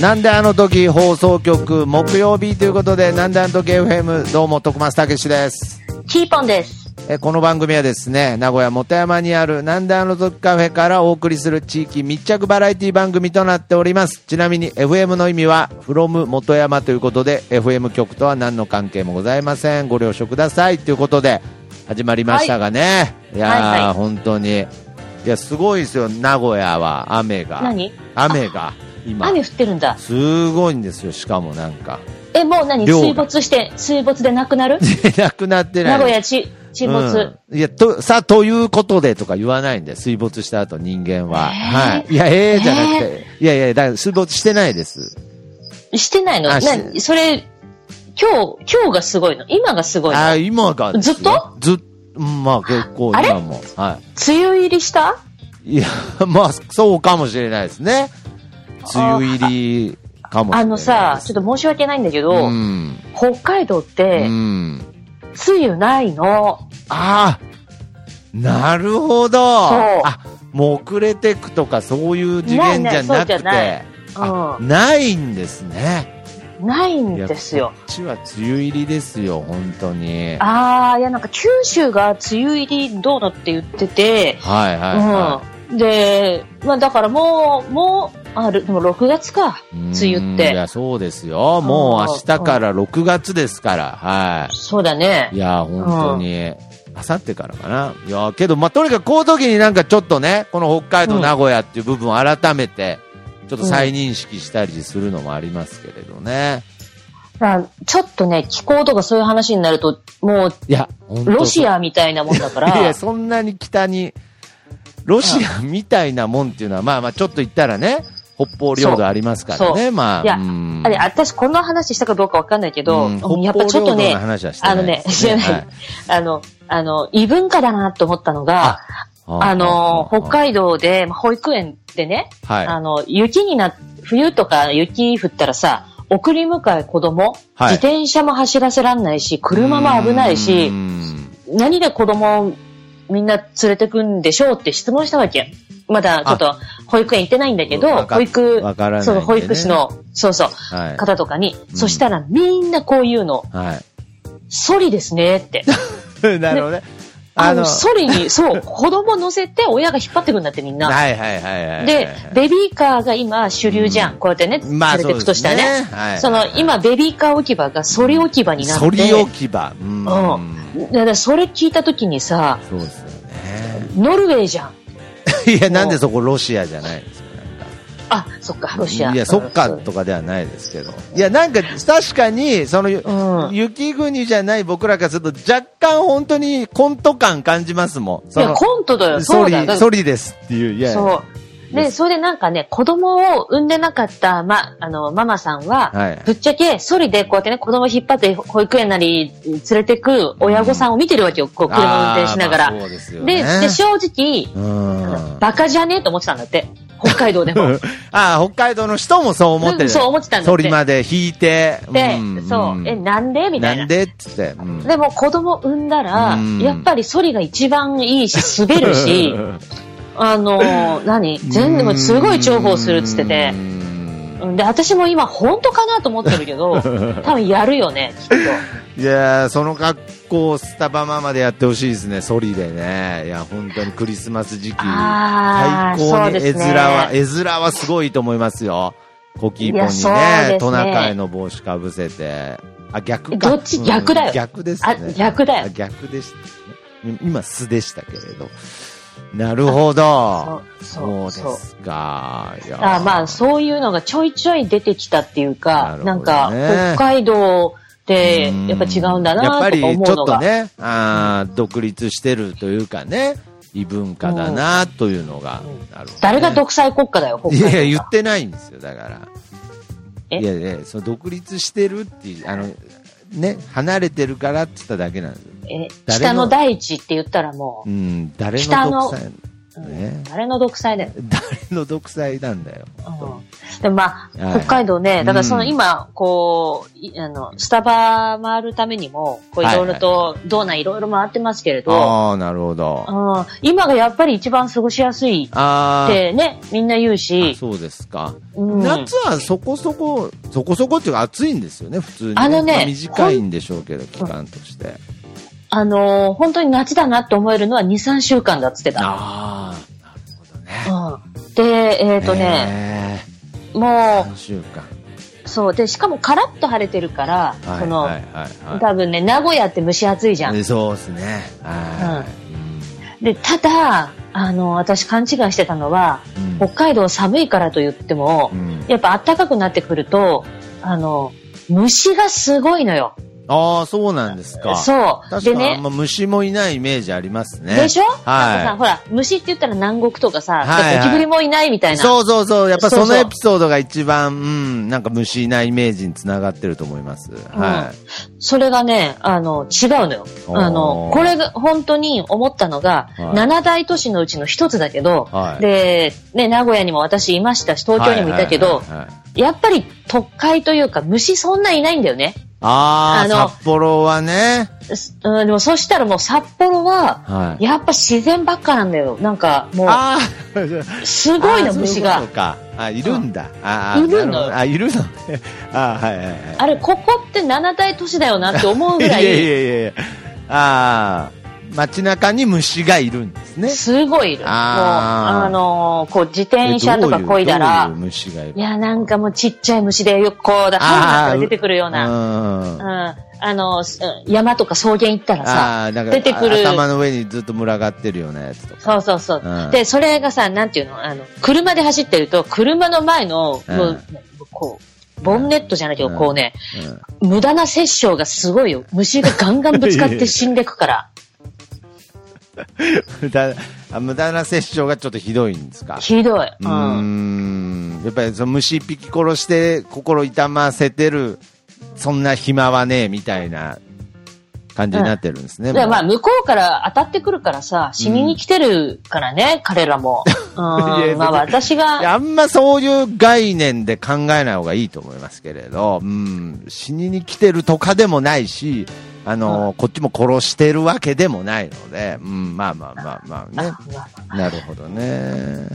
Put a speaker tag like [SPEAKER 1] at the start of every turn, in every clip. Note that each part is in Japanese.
[SPEAKER 1] なんであの時放送局木曜日ということで、なんであの時 FM どうも徳松たけしです。
[SPEAKER 2] キーポンです。
[SPEAKER 1] えーこの番組はですね、名古屋元山にあるなんであの時カフェからお送りする地域密着バラエティ番組となっております。ちなみに FM の意味は from 元山ということで、FM 局とは何の関係もございません。ご了承くださいということで始まりましたがね。い、やー、
[SPEAKER 2] はいはい
[SPEAKER 1] 本当に。いや、すごいですよ、名古屋は雨が。
[SPEAKER 2] 何
[SPEAKER 1] 雨が。今。
[SPEAKER 2] 雨降ってるんだ。
[SPEAKER 1] すごいんですよ、しかもなんか。
[SPEAKER 2] え、もう何
[SPEAKER 1] 量が
[SPEAKER 2] 水没して、水没でなくなる
[SPEAKER 1] なくなってない。
[SPEAKER 2] 名古屋ち沈没。
[SPEAKER 1] うんいや、と、さあ、ということでとか言わないんで、水没した後人間は。はい。いや、ええじゃなくて、いやいや、だから水没してないです。
[SPEAKER 2] してないの
[SPEAKER 1] あ
[SPEAKER 2] な
[SPEAKER 1] し
[SPEAKER 2] それ、今日、今日がすごいの今がすごいの
[SPEAKER 1] あ、今がですね、
[SPEAKER 2] ずっと
[SPEAKER 1] ずっうんまあ結構
[SPEAKER 2] あれ
[SPEAKER 1] 今も。は
[SPEAKER 2] 梅雨入りした
[SPEAKER 1] い。いや、 まあ、そうかもしれないですね。梅雨入りかもしれない。
[SPEAKER 2] あのさ、ちょっと申し訳ないんだけど、
[SPEAKER 1] うん。
[SPEAKER 2] 北海道
[SPEAKER 1] う
[SPEAKER 2] って、
[SPEAKER 1] ん。
[SPEAKER 2] 梅雨ないの。
[SPEAKER 1] ああ、なるほど。
[SPEAKER 2] そう
[SPEAKER 1] あ、もう遅れてくとかそういう次元じゃなくて。
[SPEAKER 2] ないない
[SPEAKER 1] あ
[SPEAKER 2] う
[SPEAKER 1] ないんですね。
[SPEAKER 2] ん。ないん
[SPEAKER 1] いや
[SPEAKER 2] ですよ
[SPEAKER 1] こ。っちは梅雨入りですよ、本当に。はい
[SPEAKER 2] あー、いやなんか九州が梅雨入りどうのって言ってて、
[SPEAKER 1] はいは
[SPEAKER 2] うん。で、まあだからもう、もう、ある、でも6月か、
[SPEAKER 1] い。
[SPEAKER 2] 梅雨っ
[SPEAKER 1] うんい
[SPEAKER 2] て。
[SPEAKER 1] や、そうですよ。もう明日から6月ですから、は
[SPEAKER 2] そうだね
[SPEAKER 1] い。い。や、本当に。あさってからかな。いや、けど、まあ、とにかくこういう時になんかちょっとね、この北海道、
[SPEAKER 2] うん
[SPEAKER 1] 名古屋っていう部分を改めて、ちょっと再認識したりするのもありますけれどね。
[SPEAKER 2] まあちょっとね、気候とかそういう話になると、もう、
[SPEAKER 1] いや、本当そう
[SPEAKER 2] ロシアみたいなもんだか
[SPEAKER 1] いや、
[SPEAKER 2] ら、
[SPEAKER 1] そんなに北に、ロシアみたいなもんっていうのは、まあまあ、ちょっと言ったらね、北方領土ありますから
[SPEAKER 2] そ
[SPEAKER 1] ね、まあ。
[SPEAKER 2] いや
[SPEAKER 1] うん
[SPEAKER 2] あれ、私こんな話したかどうかわかんないけど、
[SPEAKER 1] うん
[SPEAKER 2] やっぱちょっ
[SPEAKER 1] 北
[SPEAKER 2] とね
[SPEAKER 1] 方領土の、話はして
[SPEAKER 2] あ
[SPEAKER 1] な
[SPEAKER 2] の
[SPEAKER 1] い
[SPEAKER 2] ね
[SPEAKER 1] で、
[SPEAKER 2] じ
[SPEAKER 1] す
[SPEAKER 2] ゃ
[SPEAKER 1] ね
[SPEAKER 2] ない、あの、あの、異文化だなと思ったのが、 あの、北海道で、まあ保育園でね、
[SPEAKER 1] はい
[SPEAKER 2] あの、雪にな、冬とか雪降ったらさ、送り迎え子供、
[SPEAKER 1] はい
[SPEAKER 2] 自転車も走らせらんないし、車も危ないし、何で子供をみんな連れてくんでしょうって質問したわけ。まだちょっと保育園行ってないんだけど、保育、その保育士、の、そうそう、
[SPEAKER 1] うんわかわからないんでね
[SPEAKER 2] 方とかに、
[SPEAKER 1] うん
[SPEAKER 2] そしたらみんなこういうの、
[SPEAKER 1] はい。はい
[SPEAKER 2] ソリです ねって。
[SPEAKER 1] なるほどね。
[SPEAKER 2] あの、ソリに、そう、子供乗せて親が引っ張ってくんだってみんな。
[SPEAKER 1] はいはいはいはいはい。
[SPEAKER 2] で、ベビーカーが今主流じゃん。
[SPEAKER 1] うん
[SPEAKER 2] こうやってね、
[SPEAKER 1] まあ
[SPEAKER 2] 連れてくとしたら
[SPEAKER 1] そうです
[SPEAKER 2] ね。
[SPEAKER 1] ねはい
[SPEAKER 2] その、今、ベビーカー置き場がソリ置き場になって。
[SPEAKER 1] 反り置き場。う
[SPEAKER 2] うんん。だからそれ聞いた時にさ、
[SPEAKER 1] そうですよね。
[SPEAKER 2] ノルウェーじゃん。
[SPEAKER 1] いや、なんでそこロシアじゃないんですかなんか
[SPEAKER 2] あ、そっか、ロシア。
[SPEAKER 1] いや、そっかとかではないですけど。いや、なんか、確かに、その、
[SPEAKER 2] うん
[SPEAKER 1] 雪国じゃない僕らからすると、若干本当にコント感感じますもん。
[SPEAKER 2] い
[SPEAKER 1] そ
[SPEAKER 2] や、
[SPEAKER 1] の
[SPEAKER 2] コントだよ。そ
[SPEAKER 1] ソ
[SPEAKER 2] うだよ。
[SPEAKER 1] リ、
[SPEAKER 2] だ
[SPEAKER 1] ソリですっていう。いや、
[SPEAKER 2] そう。で、それでなんかね、子供を産んでなかった、ま、あの、ママさんは、
[SPEAKER 1] はい
[SPEAKER 2] ぶっちゃけ、ソリでこうやってね、子供引っ張って保育園なり連れてく親御さんを見てるわけよ。こう、車
[SPEAKER 1] あー
[SPEAKER 2] 運転しなが
[SPEAKER 1] まあそ
[SPEAKER 2] ら。
[SPEAKER 1] うです
[SPEAKER 2] で
[SPEAKER 1] よね。
[SPEAKER 2] で、正直、
[SPEAKER 1] うん。
[SPEAKER 2] バカじゃねえと思ってたんだって。北海道で も。
[SPEAKER 1] ああ、北海道の人もそう思って
[SPEAKER 2] うん
[SPEAKER 1] る。
[SPEAKER 2] そう思ってたんだって
[SPEAKER 1] ソリまで引いて。
[SPEAKER 2] で
[SPEAKER 1] うん、
[SPEAKER 2] そう。え、なんでみた
[SPEAKER 1] な
[SPEAKER 2] いな。
[SPEAKER 1] んでっつって。うん
[SPEAKER 2] でも子供産んだら
[SPEAKER 1] うん、
[SPEAKER 2] やっぱりソリが一番いいし、滑 るし、あのー、何全部すごい重宝するっつってて
[SPEAKER 1] う。ん
[SPEAKER 2] うんで、私も今本当かなと思ってる けど、多分やるよね、きっと。
[SPEAKER 1] いやーその格好をスタバマまでやってほしいですね、ソリでね。いや、本当にクリスマス時期、
[SPEAKER 2] あ
[SPEAKER 1] 最
[SPEAKER 2] ー
[SPEAKER 1] 高に
[SPEAKER 2] そうで
[SPEAKER 1] 絵
[SPEAKER 2] すね
[SPEAKER 1] 面は、絵面はすごいと思いますよ。コキーポン
[SPEAKER 2] いや
[SPEAKER 1] に
[SPEAKER 2] そうです
[SPEAKER 1] ね
[SPEAKER 2] ね、
[SPEAKER 1] トナカイの帽子かぶせて。あ、逆か。
[SPEAKER 2] どっち
[SPEAKER 1] うん
[SPEAKER 2] 逆だよ
[SPEAKER 1] 逆です
[SPEAKER 2] あ
[SPEAKER 1] ね。、
[SPEAKER 2] 逆だ
[SPEAKER 1] あ
[SPEAKER 2] よ。
[SPEAKER 1] 逆でしたね。今、素でしたけれど。なるほど。
[SPEAKER 2] そう、
[SPEAKER 1] そ
[SPEAKER 2] そうう
[SPEAKER 1] で。すか。いやー
[SPEAKER 2] あまあ、そういうのがちょいちょい出てきたっていう
[SPEAKER 1] なる
[SPEAKER 2] か、な
[SPEAKER 1] ほ
[SPEAKER 2] ん
[SPEAKER 1] ど
[SPEAKER 2] か、
[SPEAKER 1] ね
[SPEAKER 2] 北海道って
[SPEAKER 1] うん、
[SPEAKER 2] やっぱ違うんだ
[SPEAKER 1] やっぱ
[SPEAKER 2] なと
[SPEAKER 1] り
[SPEAKER 2] か
[SPEAKER 1] ち
[SPEAKER 2] 思う
[SPEAKER 1] ょ
[SPEAKER 2] の
[SPEAKER 1] っと
[SPEAKER 2] が。
[SPEAKER 1] ね、あー独立してるというかね、異文化だなというのが、なるほどね
[SPEAKER 2] 誰が独裁国家だよ、北
[SPEAKER 1] い
[SPEAKER 2] 海道
[SPEAKER 1] や
[SPEAKER 2] が。
[SPEAKER 1] いや、言ってないんですよ、だから。
[SPEAKER 2] え
[SPEAKER 1] いやいや、その独立してるっていう、あの、ね、離れてるからって言っただけなんですよ。
[SPEAKER 2] え
[SPEAKER 1] 誰の
[SPEAKER 2] 下の大地って言ったらも
[SPEAKER 1] う
[SPEAKER 2] う、
[SPEAKER 1] ん、誰
[SPEAKER 2] 下
[SPEAKER 1] の
[SPEAKER 2] の
[SPEAKER 1] 独裁、ね、
[SPEAKER 2] 誰の独裁だよ。
[SPEAKER 1] 誰の独裁なんだよ。
[SPEAKER 2] でもまあ、
[SPEAKER 1] はい
[SPEAKER 2] 北海道ね、だからそうの
[SPEAKER 1] ん
[SPEAKER 2] 今、こう、いあの、スタバ回るためにも、こうい
[SPEAKER 1] はいは
[SPEAKER 2] ろ
[SPEAKER 1] い
[SPEAKER 2] いろと、道内いろいろ回ってますけれど、
[SPEAKER 1] ああ、なるほど。
[SPEAKER 2] うん、今がやっぱり一番過ごしやすいっ
[SPEAKER 1] あー
[SPEAKER 2] てね、みんな言う
[SPEAKER 1] あ、
[SPEAKER 2] し、
[SPEAKER 1] そうですか。
[SPEAKER 2] うん
[SPEAKER 1] 夏はそこそこ、そこそこっていうか暑いんですよね、普通に、
[SPEAKER 2] あのね
[SPEAKER 1] ま短いんでしょうけど、期間として。
[SPEAKER 2] あのー本当に夏だなって思えるのは2、3週間だっつってた。
[SPEAKER 1] ああ、なるほどね。
[SPEAKER 2] うん、で、えっ、とね、
[SPEAKER 1] ね。
[SPEAKER 2] も
[SPEAKER 1] 3週間。
[SPEAKER 2] う、そう、で、しかもカラッと晴れてるから、
[SPEAKER 1] はい
[SPEAKER 2] その、
[SPEAKER 1] はいはいは
[SPEAKER 2] 多分ね、名古屋って蒸し暑いじゃん
[SPEAKER 1] い。。えそうですね。はい。
[SPEAKER 2] で、ただ、あの、私勘違いしてたのは、
[SPEAKER 1] うん
[SPEAKER 2] 北海道寒いからと言っても
[SPEAKER 1] う、ん
[SPEAKER 2] やっぱ暖かくなってくると、あの、虫がすごいのよ。
[SPEAKER 1] ああ、そうなんですか。
[SPEAKER 2] そう。
[SPEAKER 1] 確
[SPEAKER 2] で
[SPEAKER 1] かにあん
[SPEAKER 2] ね、
[SPEAKER 1] ま虫もいないイメージありますね。
[SPEAKER 2] でしょ、
[SPEAKER 1] はい
[SPEAKER 2] なんかさ、ほら、虫って言ったら南国とかさ、
[SPEAKER 1] はいはい
[SPEAKER 2] ゴキブリもいないみたいな。
[SPEAKER 1] そうそうそう。やっぱ
[SPEAKER 2] そうそ
[SPEAKER 1] そうのエピソードが一番、うん、なんか虫いないイメージにつながってると思います。は
[SPEAKER 2] それがね、あの、違うのよ。
[SPEAKER 1] おー
[SPEAKER 2] あの、これが本当に思ったのが、
[SPEAKER 1] はい
[SPEAKER 2] 七大都市のうちの一つだけど、
[SPEAKER 1] はい
[SPEAKER 2] で、ね、名古屋にも私いましたし、
[SPEAKER 1] い。
[SPEAKER 2] 東京にもいたけど、
[SPEAKER 1] はいはいはいはい
[SPEAKER 2] やっぱり都会というか虫そんないないんだよね。
[SPEAKER 1] あ
[SPEAKER 2] あ
[SPEAKER 1] あ、
[SPEAKER 2] の
[SPEAKER 1] 札幌はね。
[SPEAKER 2] すうん、でもそしたらもう札幌は、
[SPEAKER 1] はい。
[SPEAKER 2] やっぱ自然ばっかなんだよ。なんかも
[SPEAKER 1] あ あ、
[SPEAKER 2] う、すごいの
[SPEAKER 1] あー
[SPEAKER 2] 虫
[SPEAKER 1] そう
[SPEAKER 2] が
[SPEAKER 1] いう。ことか。あ、いるんだ。ああ、
[SPEAKER 2] いるの
[SPEAKER 1] なほどあ、いるのね。 あーはいはいはい。
[SPEAKER 2] あれ、ここって七大都市だよなって思うぐ
[SPEAKER 1] や
[SPEAKER 2] ら
[SPEAKER 1] い
[SPEAKER 2] い、
[SPEAKER 1] やいやいや。ああ、街中に虫がいるんですね。
[SPEAKER 2] すごいいる。もう、
[SPEAKER 1] あー
[SPEAKER 2] あのーこう、自転車とか
[SPEAKER 1] えどういう
[SPEAKER 2] 漕いだら、
[SPEAKER 1] どういう虫がいる
[SPEAKER 2] いや、なんかもうちっちゃい虫で、よくこう、だ、歯の中から出てくるような、
[SPEAKER 1] な
[SPEAKER 2] うん、あの、すうん山とか草原行ったら
[SPEAKER 1] あ
[SPEAKER 2] さ
[SPEAKER 1] ー、なんか
[SPEAKER 2] 出てくる。
[SPEAKER 1] 頭の上にずっと群がってるようなやつとか。
[SPEAKER 2] そうそうそう。
[SPEAKER 1] うん
[SPEAKER 2] で、それがさ、なんていうのあの、車で走ってると、車の前の、
[SPEAKER 1] うん
[SPEAKER 2] もう、こう、ボンネットじゃないけど、
[SPEAKER 1] うん
[SPEAKER 2] こうね、
[SPEAKER 1] うん
[SPEAKER 2] 無駄な殺傷がすごいよ。虫がガンガンぶつかって死んで くから。
[SPEAKER 1] 無駄あ無駄な殺傷がちょっとひどいんですか
[SPEAKER 2] ひどい。
[SPEAKER 1] う
[SPEAKER 2] う
[SPEAKER 1] ー
[SPEAKER 2] ん。
[SPEAKER 1] んやっぱりその虫一匹殺して心痛ませてるそんな暇はねえみたいな感じになってるんですね、
[SPEAKER 2] で
[SPEAKER 1] もう
[SPEAKER 2] まあ、向こうから当たってくるからさ、死にに来てるからね、彼ら も。うん。
[SPEAKER 1] いや
[SPEAKER 2] まあ、私
[SPEAKER 1] いや
[SPEAKER 2] が、
[SPEAKER 1] あんまそういう概念で考えない方がいいと思いますけれど、うん、死にに来てるとかでもないしあの、こっちも殺してるわけでもないので、うん、まあまあまあまあねなるほどね。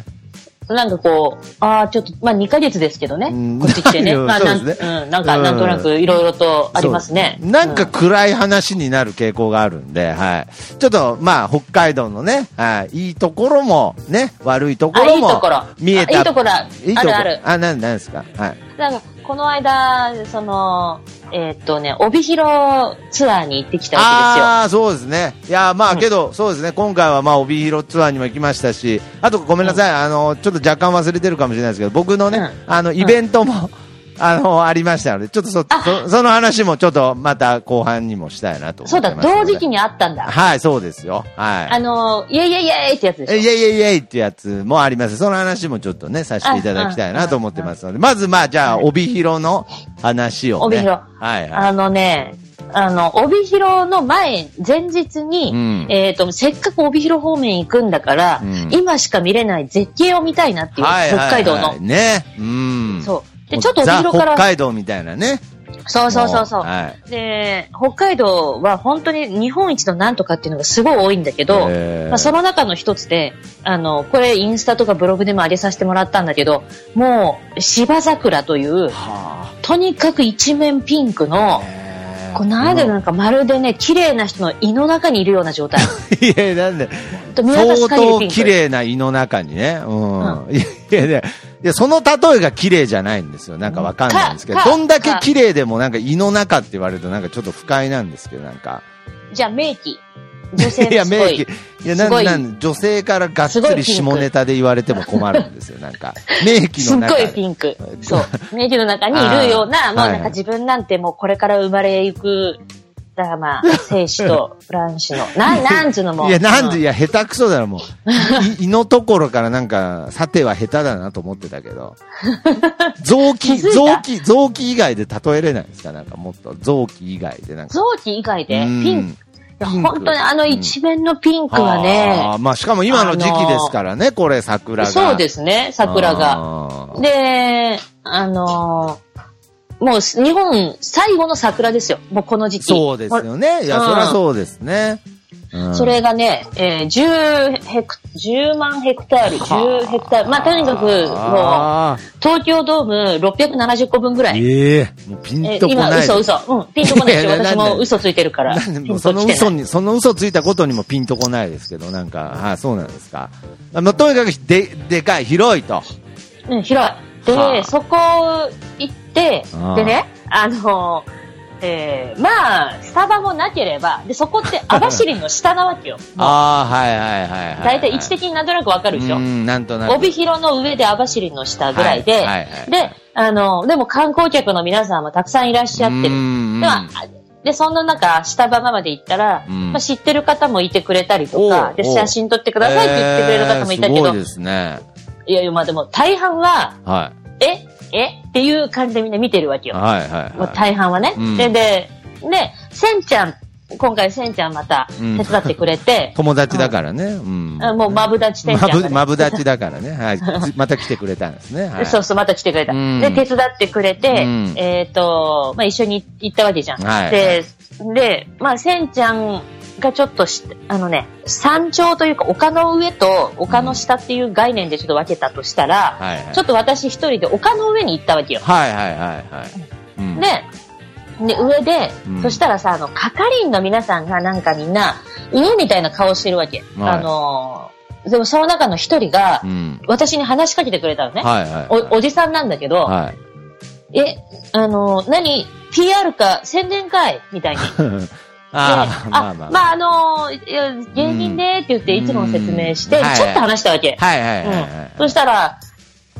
[SPEAKER 2] なんかこう、ああ、ちょっと、まあ、2ヶ月ですけどね、
[SPEAKER 1] うん
[SPEAKER 2] こっち来て ね。
[SPEAKER 1] そう
[SPEAKER 2] まあ、なん、
[SPEAKER 1] ですね
[SPEAKER 2] うん、なんか、なんとなく、いろいろとありますね。
[SPEAKER 1] そうなんか
[SPEAKER 2] うん、
[SPEAKER 1] 暗い話になる傾向があるんで、はい。ちょっと、まあ、北海道のね、はい、いいところも、ね、悪いとこ
[SPEAKER 2] あ、
[SPEAKER 1] ろ
[SPEAKER 2] いい
[SPEAKER 1] も
[SPEAKER 2] ところ。
[SPEAKER 1] 見えた。
[SPEAKER 2] あいいところ、
[SPEAKER 1] いいと
[SPEAKER 2] あ
[SPEAKER 1] ころ
[SPEAKER 2] るある。
[SPEAKER 1] あ、なん、なんですか。はい。
[SPEAKER 2] なんか、この間、その、えーっとね、帯広ツアーに行ってきたわ
[SPEAKER 1] ああー、そうですね。いや、まあ、
[SPEAKER 2] うん
[SPEAKER 1] けど、そうですね。今回は、まあ、帯広ツアーにも行きましたし、あと、ごめんなさい。あの、ちょっと若干忘れてるかもしれないですけど、僕のね、
[SPEAKER 2] うん
[SPEAKER 1] あの、イベントも、 あの、ありましたので、ちょっとそ、そその話も、ちょっと、また後半にもしたいなと
[SPEAKER 2] けです
[SPEAKER 1] 思
[SPEAKER 2] よ。そう
[SPEAKER 1] って
[SPEAKER 2] だ、
[SPEAKER 1] ますので。
[SPEAKER 2] 同時期にあったんだ。
[SPEAKER 1] はい、そうですよ。はい。
[SPEAKER 2] あの、イェイイェイイェイってやつでしょ
[SPEAKER 1] えいえいえいえいってやつもあります。その話もちょっとね、させていただきたいなと思ってますので、まずまあ、じゃあ、帯広の話を、ね。
[SPEAKER 2] 帯広
[SPEAKER 1] はいはい。
[SPEAKER 2] あのね、あの、帯広の前、前日に、
[SPEAKER 1] うん
[SPEAKER 2] えーっ、と、せっかく帯広方面行くんだから、
[SPEAKER 1] うん
[SPEAKER 2] 今しか見れない絶景を見たいなっていう、
[SPEAKER 1] はいはいはい
[SPEAKER 2] 北海道の。
[SPEAKER 1] ね。うん。
[SPEAKER 2] そう。で、ちょっと帯広か
[SPEAKER 1] ザ北
[SPEAKER 2] ら、
[SPEAKER 1] 海道みたいなね。
[SPEAKER 2] そうそうそうそう。
[SPEAKER 1] もはい。
[SPEAKER 2] で、北海道は本当に日本一のなんとかっていうのがすごい多いんだけど、
[SPEAKER 1] へー
[SPEAKER 2] まあ、その中の一つで、あの、これインスタとかブログでも上げさせてもらったんだけど、もう、芝桜という、
[SPEAKER 1] は
[SPEAKER 2] とにかく一面ピンク
[SPEAKER 1] あ
[SPEAKER 2] の、
[SPEAKER 1] へー
[SPEAKER 2] こうなんでなんかまるでね、綺麗な人の胃の中にいるような 状態。
[SPEAKER 1] いや、なんで、
[SPEAKER 2] ほんと見渡
[SPEAKER 1] 相
[SPEAKER 2] す限りピ
[SPEAKER 1] 当
[SPEAKER 2] ンク。
[SPEAKER 1] 綺麗な胃の中にね。うん。いやいやいや、その例えが綺麗じゃないんですよ。なんかわかんないんですけど、
[SPEAKER 2] かか
[SPEAKER 1] どんだけ綺麗でもなんか胃の中って言われるとなんかちょっと不快なんですけど、なんか。
[SPEAKER 2] じゃあ、名器。女性
[SPEAKER 1] いや、
[SPEAKER 2] のすご
[SPEAKER 1] 名
[SPEAKER 2] い
[SPEAKER 1] 器。。いや、な
[SPEAKER 2] すご
[SPEAKER 1] ん、
[SPEAKER 2] い
[SPEAKER 1] なん、女性からがっつ
[SPEAKER 2] すごいピ
[SPEAKER 1] り
[SPEAKER 2] ンク
[SPEAKER 1] 下ネタで言われても困るんですよ、なんか。名器
[SPEAKER 2] す
[SPEAKER 1] の
[SPEAKER 2] っ
[SPEAKER 1] 中
[SPEAKER 2] ご
[SPEAKER 1] で。
[SPEAKER 2] いピンク。 そう。名器の中にいるよう
[SPEAKER 1] あー
[SPEAKER 2] な、もう
[SPEAKER 1] は
[SPEAKER 2] ないん
[SPEAKER 1] はい
[SPEAKER 2] か自分なんてもうこれから生まれゆくだか らまあ、精子と卵子の、なん、なんつうのも。
[SPEAKER 1] いや、なんで、
[SPEAKER 2] う
[SPEAKER 1] いや、下手くそだ ろ、もう。い、いのところからなんか、さては下手だなと思ってたけ ど。臓器、
[SPEAKER 2] 気づいた
[SPEAKER 1] 臓器、臓器以外で例えれないですかなんかもっと、臓器以外でなんか。
[SPEAKER 2] 臓器以外で、
[SPEAKER 1] うん
[SPEAKER 2] ピンク。いや、
[SPEAKER 1] ピンク
[SPEAKER 2] 本当にあの一面のピンクは
[SPEAKER 1] あー
[SPEAKER 2] ね、
[SPEAKER 1] まあ、しかも今の時期ですからね、これ、桜が。、
[SPEAKER 2] そうですすね、桜が。
[SPEAKER 1] が
[SPEAKER 2] で、あのーもうす日本最後の桜ですよ。もうこの時期。
[SPEAKER 1] そうですよね。いや、
[SPEAKER 2] うん
[SPEAKER 1] そりゃそうですね。うん
[SPEAKER 2] それがね、えー、10ヘク、10万ヘクタール、10ヘクタール。まあ、とにかく、もう、
[SPEAKER 1] あ
[SPEAKER 2] 東京ドーム670個分ぐらい。
[SPEAKER 1] ええもうピ
[SPEAKER 2] え
[SPEAKER 1] ンとこ
[SPEAKER 2] ー今、
[SPEAKER 1] ない。
[SPEAKER 2] 嘘嘘。うん、ピンとこない
[SPEAKER 1] い
[SPEAKER 2] し、
[SPEAKER 1] やいやな
[SPEAKER 2] 私
[SPEAKER 1] ん
[SPEAKER 2] も
[SPEAKER 1] で
[SPEAKER 2] 嘘ついてるから。
[SPEAKER 1] なんで
[SPEAKER 2] ピ
[SPEAKER 1] も
[SPEAKER 2] ン
[SPEAKER 1] うそ
[SPEAKER 2] と
[SPEAKER 1] の
[SPEAKER 2] きてな
[SPEAKER 1] 嘘
[SPEAKER 2] い。
[SPEAKER 1] に、その嘘ついたことにもピンとこないですけど、なんか、あそうなんですか。あまあ、とにかくで、でかい、広いと。
[SPEAKER 2] うん、広い。で、
[SPEAKER 1] はあ
[SPEAKER 2] そこ行って
[SPEAKER 1] ああ、
[SPEAKER 2] でね、あのー、えー、まあ、スタバもなければ、で、そこって網走の下なわ けよ。もう
[SPEAKER 1] ああ、はいはいはいはい。
[SPEAKER 2] 大体位置的になんとなくわかるでしょ
[SPEAKER 1] う。ん、なんとなく。
[SPEAKER 2] 帯広の上で網走の下ぐらいで、
[SPEAKER 1] はいはいはい
[SPEAKER 2] で、あの、でも観光客の皆さんもたくさんいらっしゃって
[SPEAKER 1] う
[SPEAKER 2] る。
[SPEAKER 1] ん
[SPEAKER 2] では、あで、そんな中、下馬場まで行ったら、
[SPEAKER 1] うん
[SPEAKER 2] まあ、知ってる方もいてくれたりと
[SPEAKER 1] お
[SPEAKER 2] か
[SPEAKER 1] う、
[SPEAKER 2] で、
[SPEAKER 1] おう
[SPEAKER 2] 写真撮ってくださいって言ってくれる方もいたけ
[SPEAKER 1] えーすご
[SPEAKER 2] ど、
[SPEAKER 1] いですね。
[SPEAKER 2] いやいや、まあでも大半は、
[SPEAKER 1] は
[SPEAKER 2] ええっていう感じでみんな見てるわけ
[SPEAKER 1] い。
[SPEAKER 2] よ。
[SPEAKER 1] はいはいはい。
[SPEAKER 2] もう大半はね。
[SPEAKER 1] うん
[SPEAKER 2] で、で、で、せんちゃん、今回せんちゃんまた手伝ってくれて、
[SPEAKER 1] 友達だからね。 うん。
[SPEAKER 2] あもうマブダチせんちゃん
[SPEAKER 1] ま
[SPEAKER 2] がね、
[SPEAKER 1] ぶ、まぶだちだからね。はい。つまた来てくれたんですね。はい。
[SPEAKER 2] そうそう、また来てくれた。
[SPEAKER 1] うん
[SPEAKER 2] で、手伝ってくれて、
[SPEAKER 1] うん
[SPEAKER 2] えっ、と、まあ、一緒に行ったわけじゃん。
[SPEAKER 1] はい
[SPEAKER 2] で、で、まあ、せんちゃんがちょっとし、あのね、山頂というか、丘の上と丘の下っていう概念でちょっと分けたとしたら、
[SPEAKER 1] はいはい。
[SPEAKER 2] ちょっと私一人で丘の上に行ったわけよ。
[SPEAKER 1] はいはいはいはい。うん、
[SPEAKER 2] で、で、上で、
[SPEAKER 1] うん
[SPEAKER 2] そしたらさ、あの、係員の皆さんがなんかみんな、犬みたいな顔してるわけ。
[SPEAKER 1] はい
[SPEAKER 2] あのーでもその中の一人が
[SPEAKER 1] う、ん。
[SPEAKER 2] 私に話しかけてくれたのね。
[SPEAKER 1] はいはい。
[SPEAKER 2] おおじさんなんだけど、
[SPEAKER 1] はい。
[SPEAKER 2] え、あの、何 ?PR か宣伝かいみたいに。で
[SPEAKER 1] ああ、まあまあ。
[SPEAKER 2] あ、あのいや芸人でって言っていつもの説明して、
[SPEAKER 1] うん
[SPEAKER 2] ち
[SPEAKER 1] はい
[SPEAKER 2] ょっと話したわけ。
[SPEAKER 1] はいはいはい、
[SPEAKER 2] うん
[SPEAKER 1] は
[SPEAKER 2] そ
[SPEAKER 1] い。
[SPEAKER 2] したら、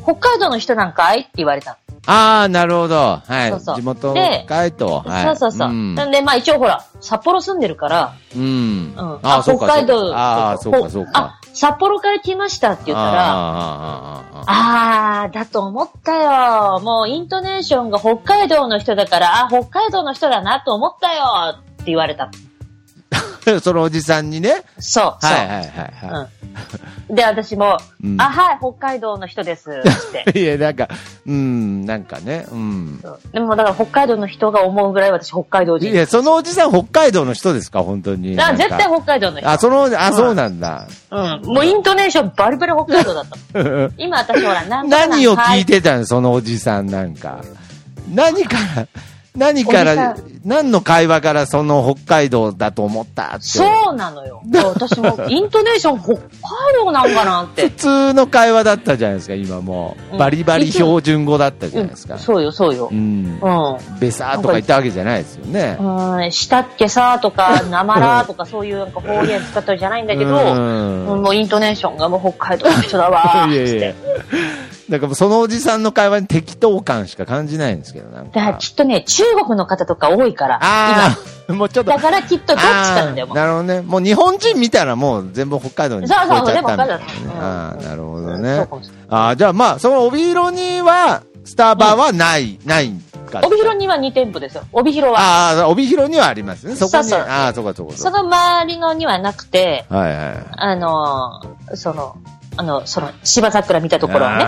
[SPEAKER 2] 北海道の人なんかいって言われた
[SPEAKER 1] ああ、なるほど。はい。
[SPEAKER 2] そうそう
[SPEAKER 1] 地元
[SPEAKER 2] で
[SPEAKER 1] かいと。
[SPEAKER 2] の。
[SPEAKER 1] はい、
[SPEAKER 2] そうそうそう。
[SPEAKER 1] うん。
[SPEAKER 2] なんで、まあ一応ほら、札幌住んでるから、
[SPEAKER 1] うん
[SPEAKER 2] うん
[SPEAKER 1] ああ、そうか。
[SPEAKER 2] 北海
[SPEAKER 1] そう
[SPEAKER 2] 道
[SPEAKER 1] かああ、そうか、そうか
[SPEAKER 2] あ。、札幌から来ましたって言った
[SPEAKER 1] あ
[SPEAKER 2] ら、
[SPEAKER 1] あああああああ
[SPEAKER 2] あー、だと思ったよ。もうイントネーションが北海道の人だから、あ、北海道の人だなと思ったよって言われた。
[SPEAKER 1] あ そのおじさんにね。
[SPEAKER 2] そう、そう。
[SPEAKER 1] はいはいはいは
[SPEAKER 2] うんで、私も、
[SPEAKER 1] うん
[SPEAKER 2] あ、はい、北海道の人です、 って。
[SPEAKER 1] い。いや、なんか、うん、なんかね、うん。
[SPEAKER 2] そうでも、だから北海道の人が思うぐらい私、北海道
[SPEAKER 1] い
[SPEAKER 2] 人。
[SPEAKER 1] や、そのおじさん北海道の人ですか、本当に。
[SPEAKER 2] だから絶対
[SPEAKER 1] なんか
[SPEAKER 2] 北海道の人。
[SPEAKER 1] あ、その、あ、そうなんだ。
[SPEAKER 2] うん。もうイントネーションバリバリ北海道 だったの。今私ほら、なんとかなん
[SPEAKER 1] 何を聞い
[SPEAKER 2] て
[SPEAKER 1] てたのそのおじさんなんか。何から、何から
[SPEAKER 2] おじ、
[SPEAKER 1] 何の会話からその北海道だと思ったって。
[SPEAKER 2] そうなの よ。で私も、イントネーション北海道なんかなっ
[SPEAKER 1] 普
[SPEAKER 2] て。
[SPEAKER 1] 通の会話だったじゃないですか、今も
[SPEAKER 2] う
[SPEAKER 1] う。
[SPEAKER 2] ん
[SPEAKER 1] バリバリ標準語だったじゃないです
[SPEAKER 2] う
[SPEAKER 1] か
[SPEAKER 2] ん。そうよ、そうよ
[SPEAKER 1] う。ん
[SPEAKER 2] う。ん。う
[SPEAKER 1] べさーとか言ったわけじゃないですよね。
[SPEAKER 2] ん、したっけさ とか、なまらとか、そういうなんか方言使ったりじゃないんだけど、
[SPEAKER 1] うん
[SPEAKER 2] うんもうイントネーションがもう北海道の人だわ
[SPEAKER 1] いやい
[SPEAKER 2] ーっ
[SPEAKER 1] やい
[SPEAKER 2] て
[SPEAKER 1] や。なんかもうそのおじさんの会話に適当感しか感じないんですけど、なん
[SPEAKER 2] だから
[SPEAKER 1] か。
[SPEAKER 2] きっとね、中国の方とか多いから、
[SPEAKER 1] ああ、もうちょっ
[SPEAKER 2] 今。
[SPEAKER 1] と
[SPEAKER 2] だ。からきっとどっちかなんだよ、
[SPEAKER 1] あー
[SPEAKER 2] もう。
[SPEAKER 1] なるほどね。もう日本人見たらもう全部北海道に聞こえちゃったみたいなね
[SPEAKER 2] そうそうそう全部北海道だねうん
[SPEAKER 1] ああ、なるほど
[SPEAKER 2] そう
[SPEAKER 1] ね
[SPEAKER 2] かもしれ。
[SPEAKER 1] ああ、じゃあまあ、その帯広には、スタバはない、ないんか。
[SPEAKER 2] 帯広には2店舗ですよ。帯広は。
[SPEAKER 1] ああ、帯広にはありますね。そこに。
[SPEAKER 2] そうそう
[SPEAKER 1] ああ、そうかそうかそ
[SPEAKER 2] そうの周りのにはなくて、
[SPEAKER 1] か。はいは
[SPEAKER 2] あのーその、あの、その、芝桜見た
[SPEAKER 1] い。
[SPEAKER 2] ところはね。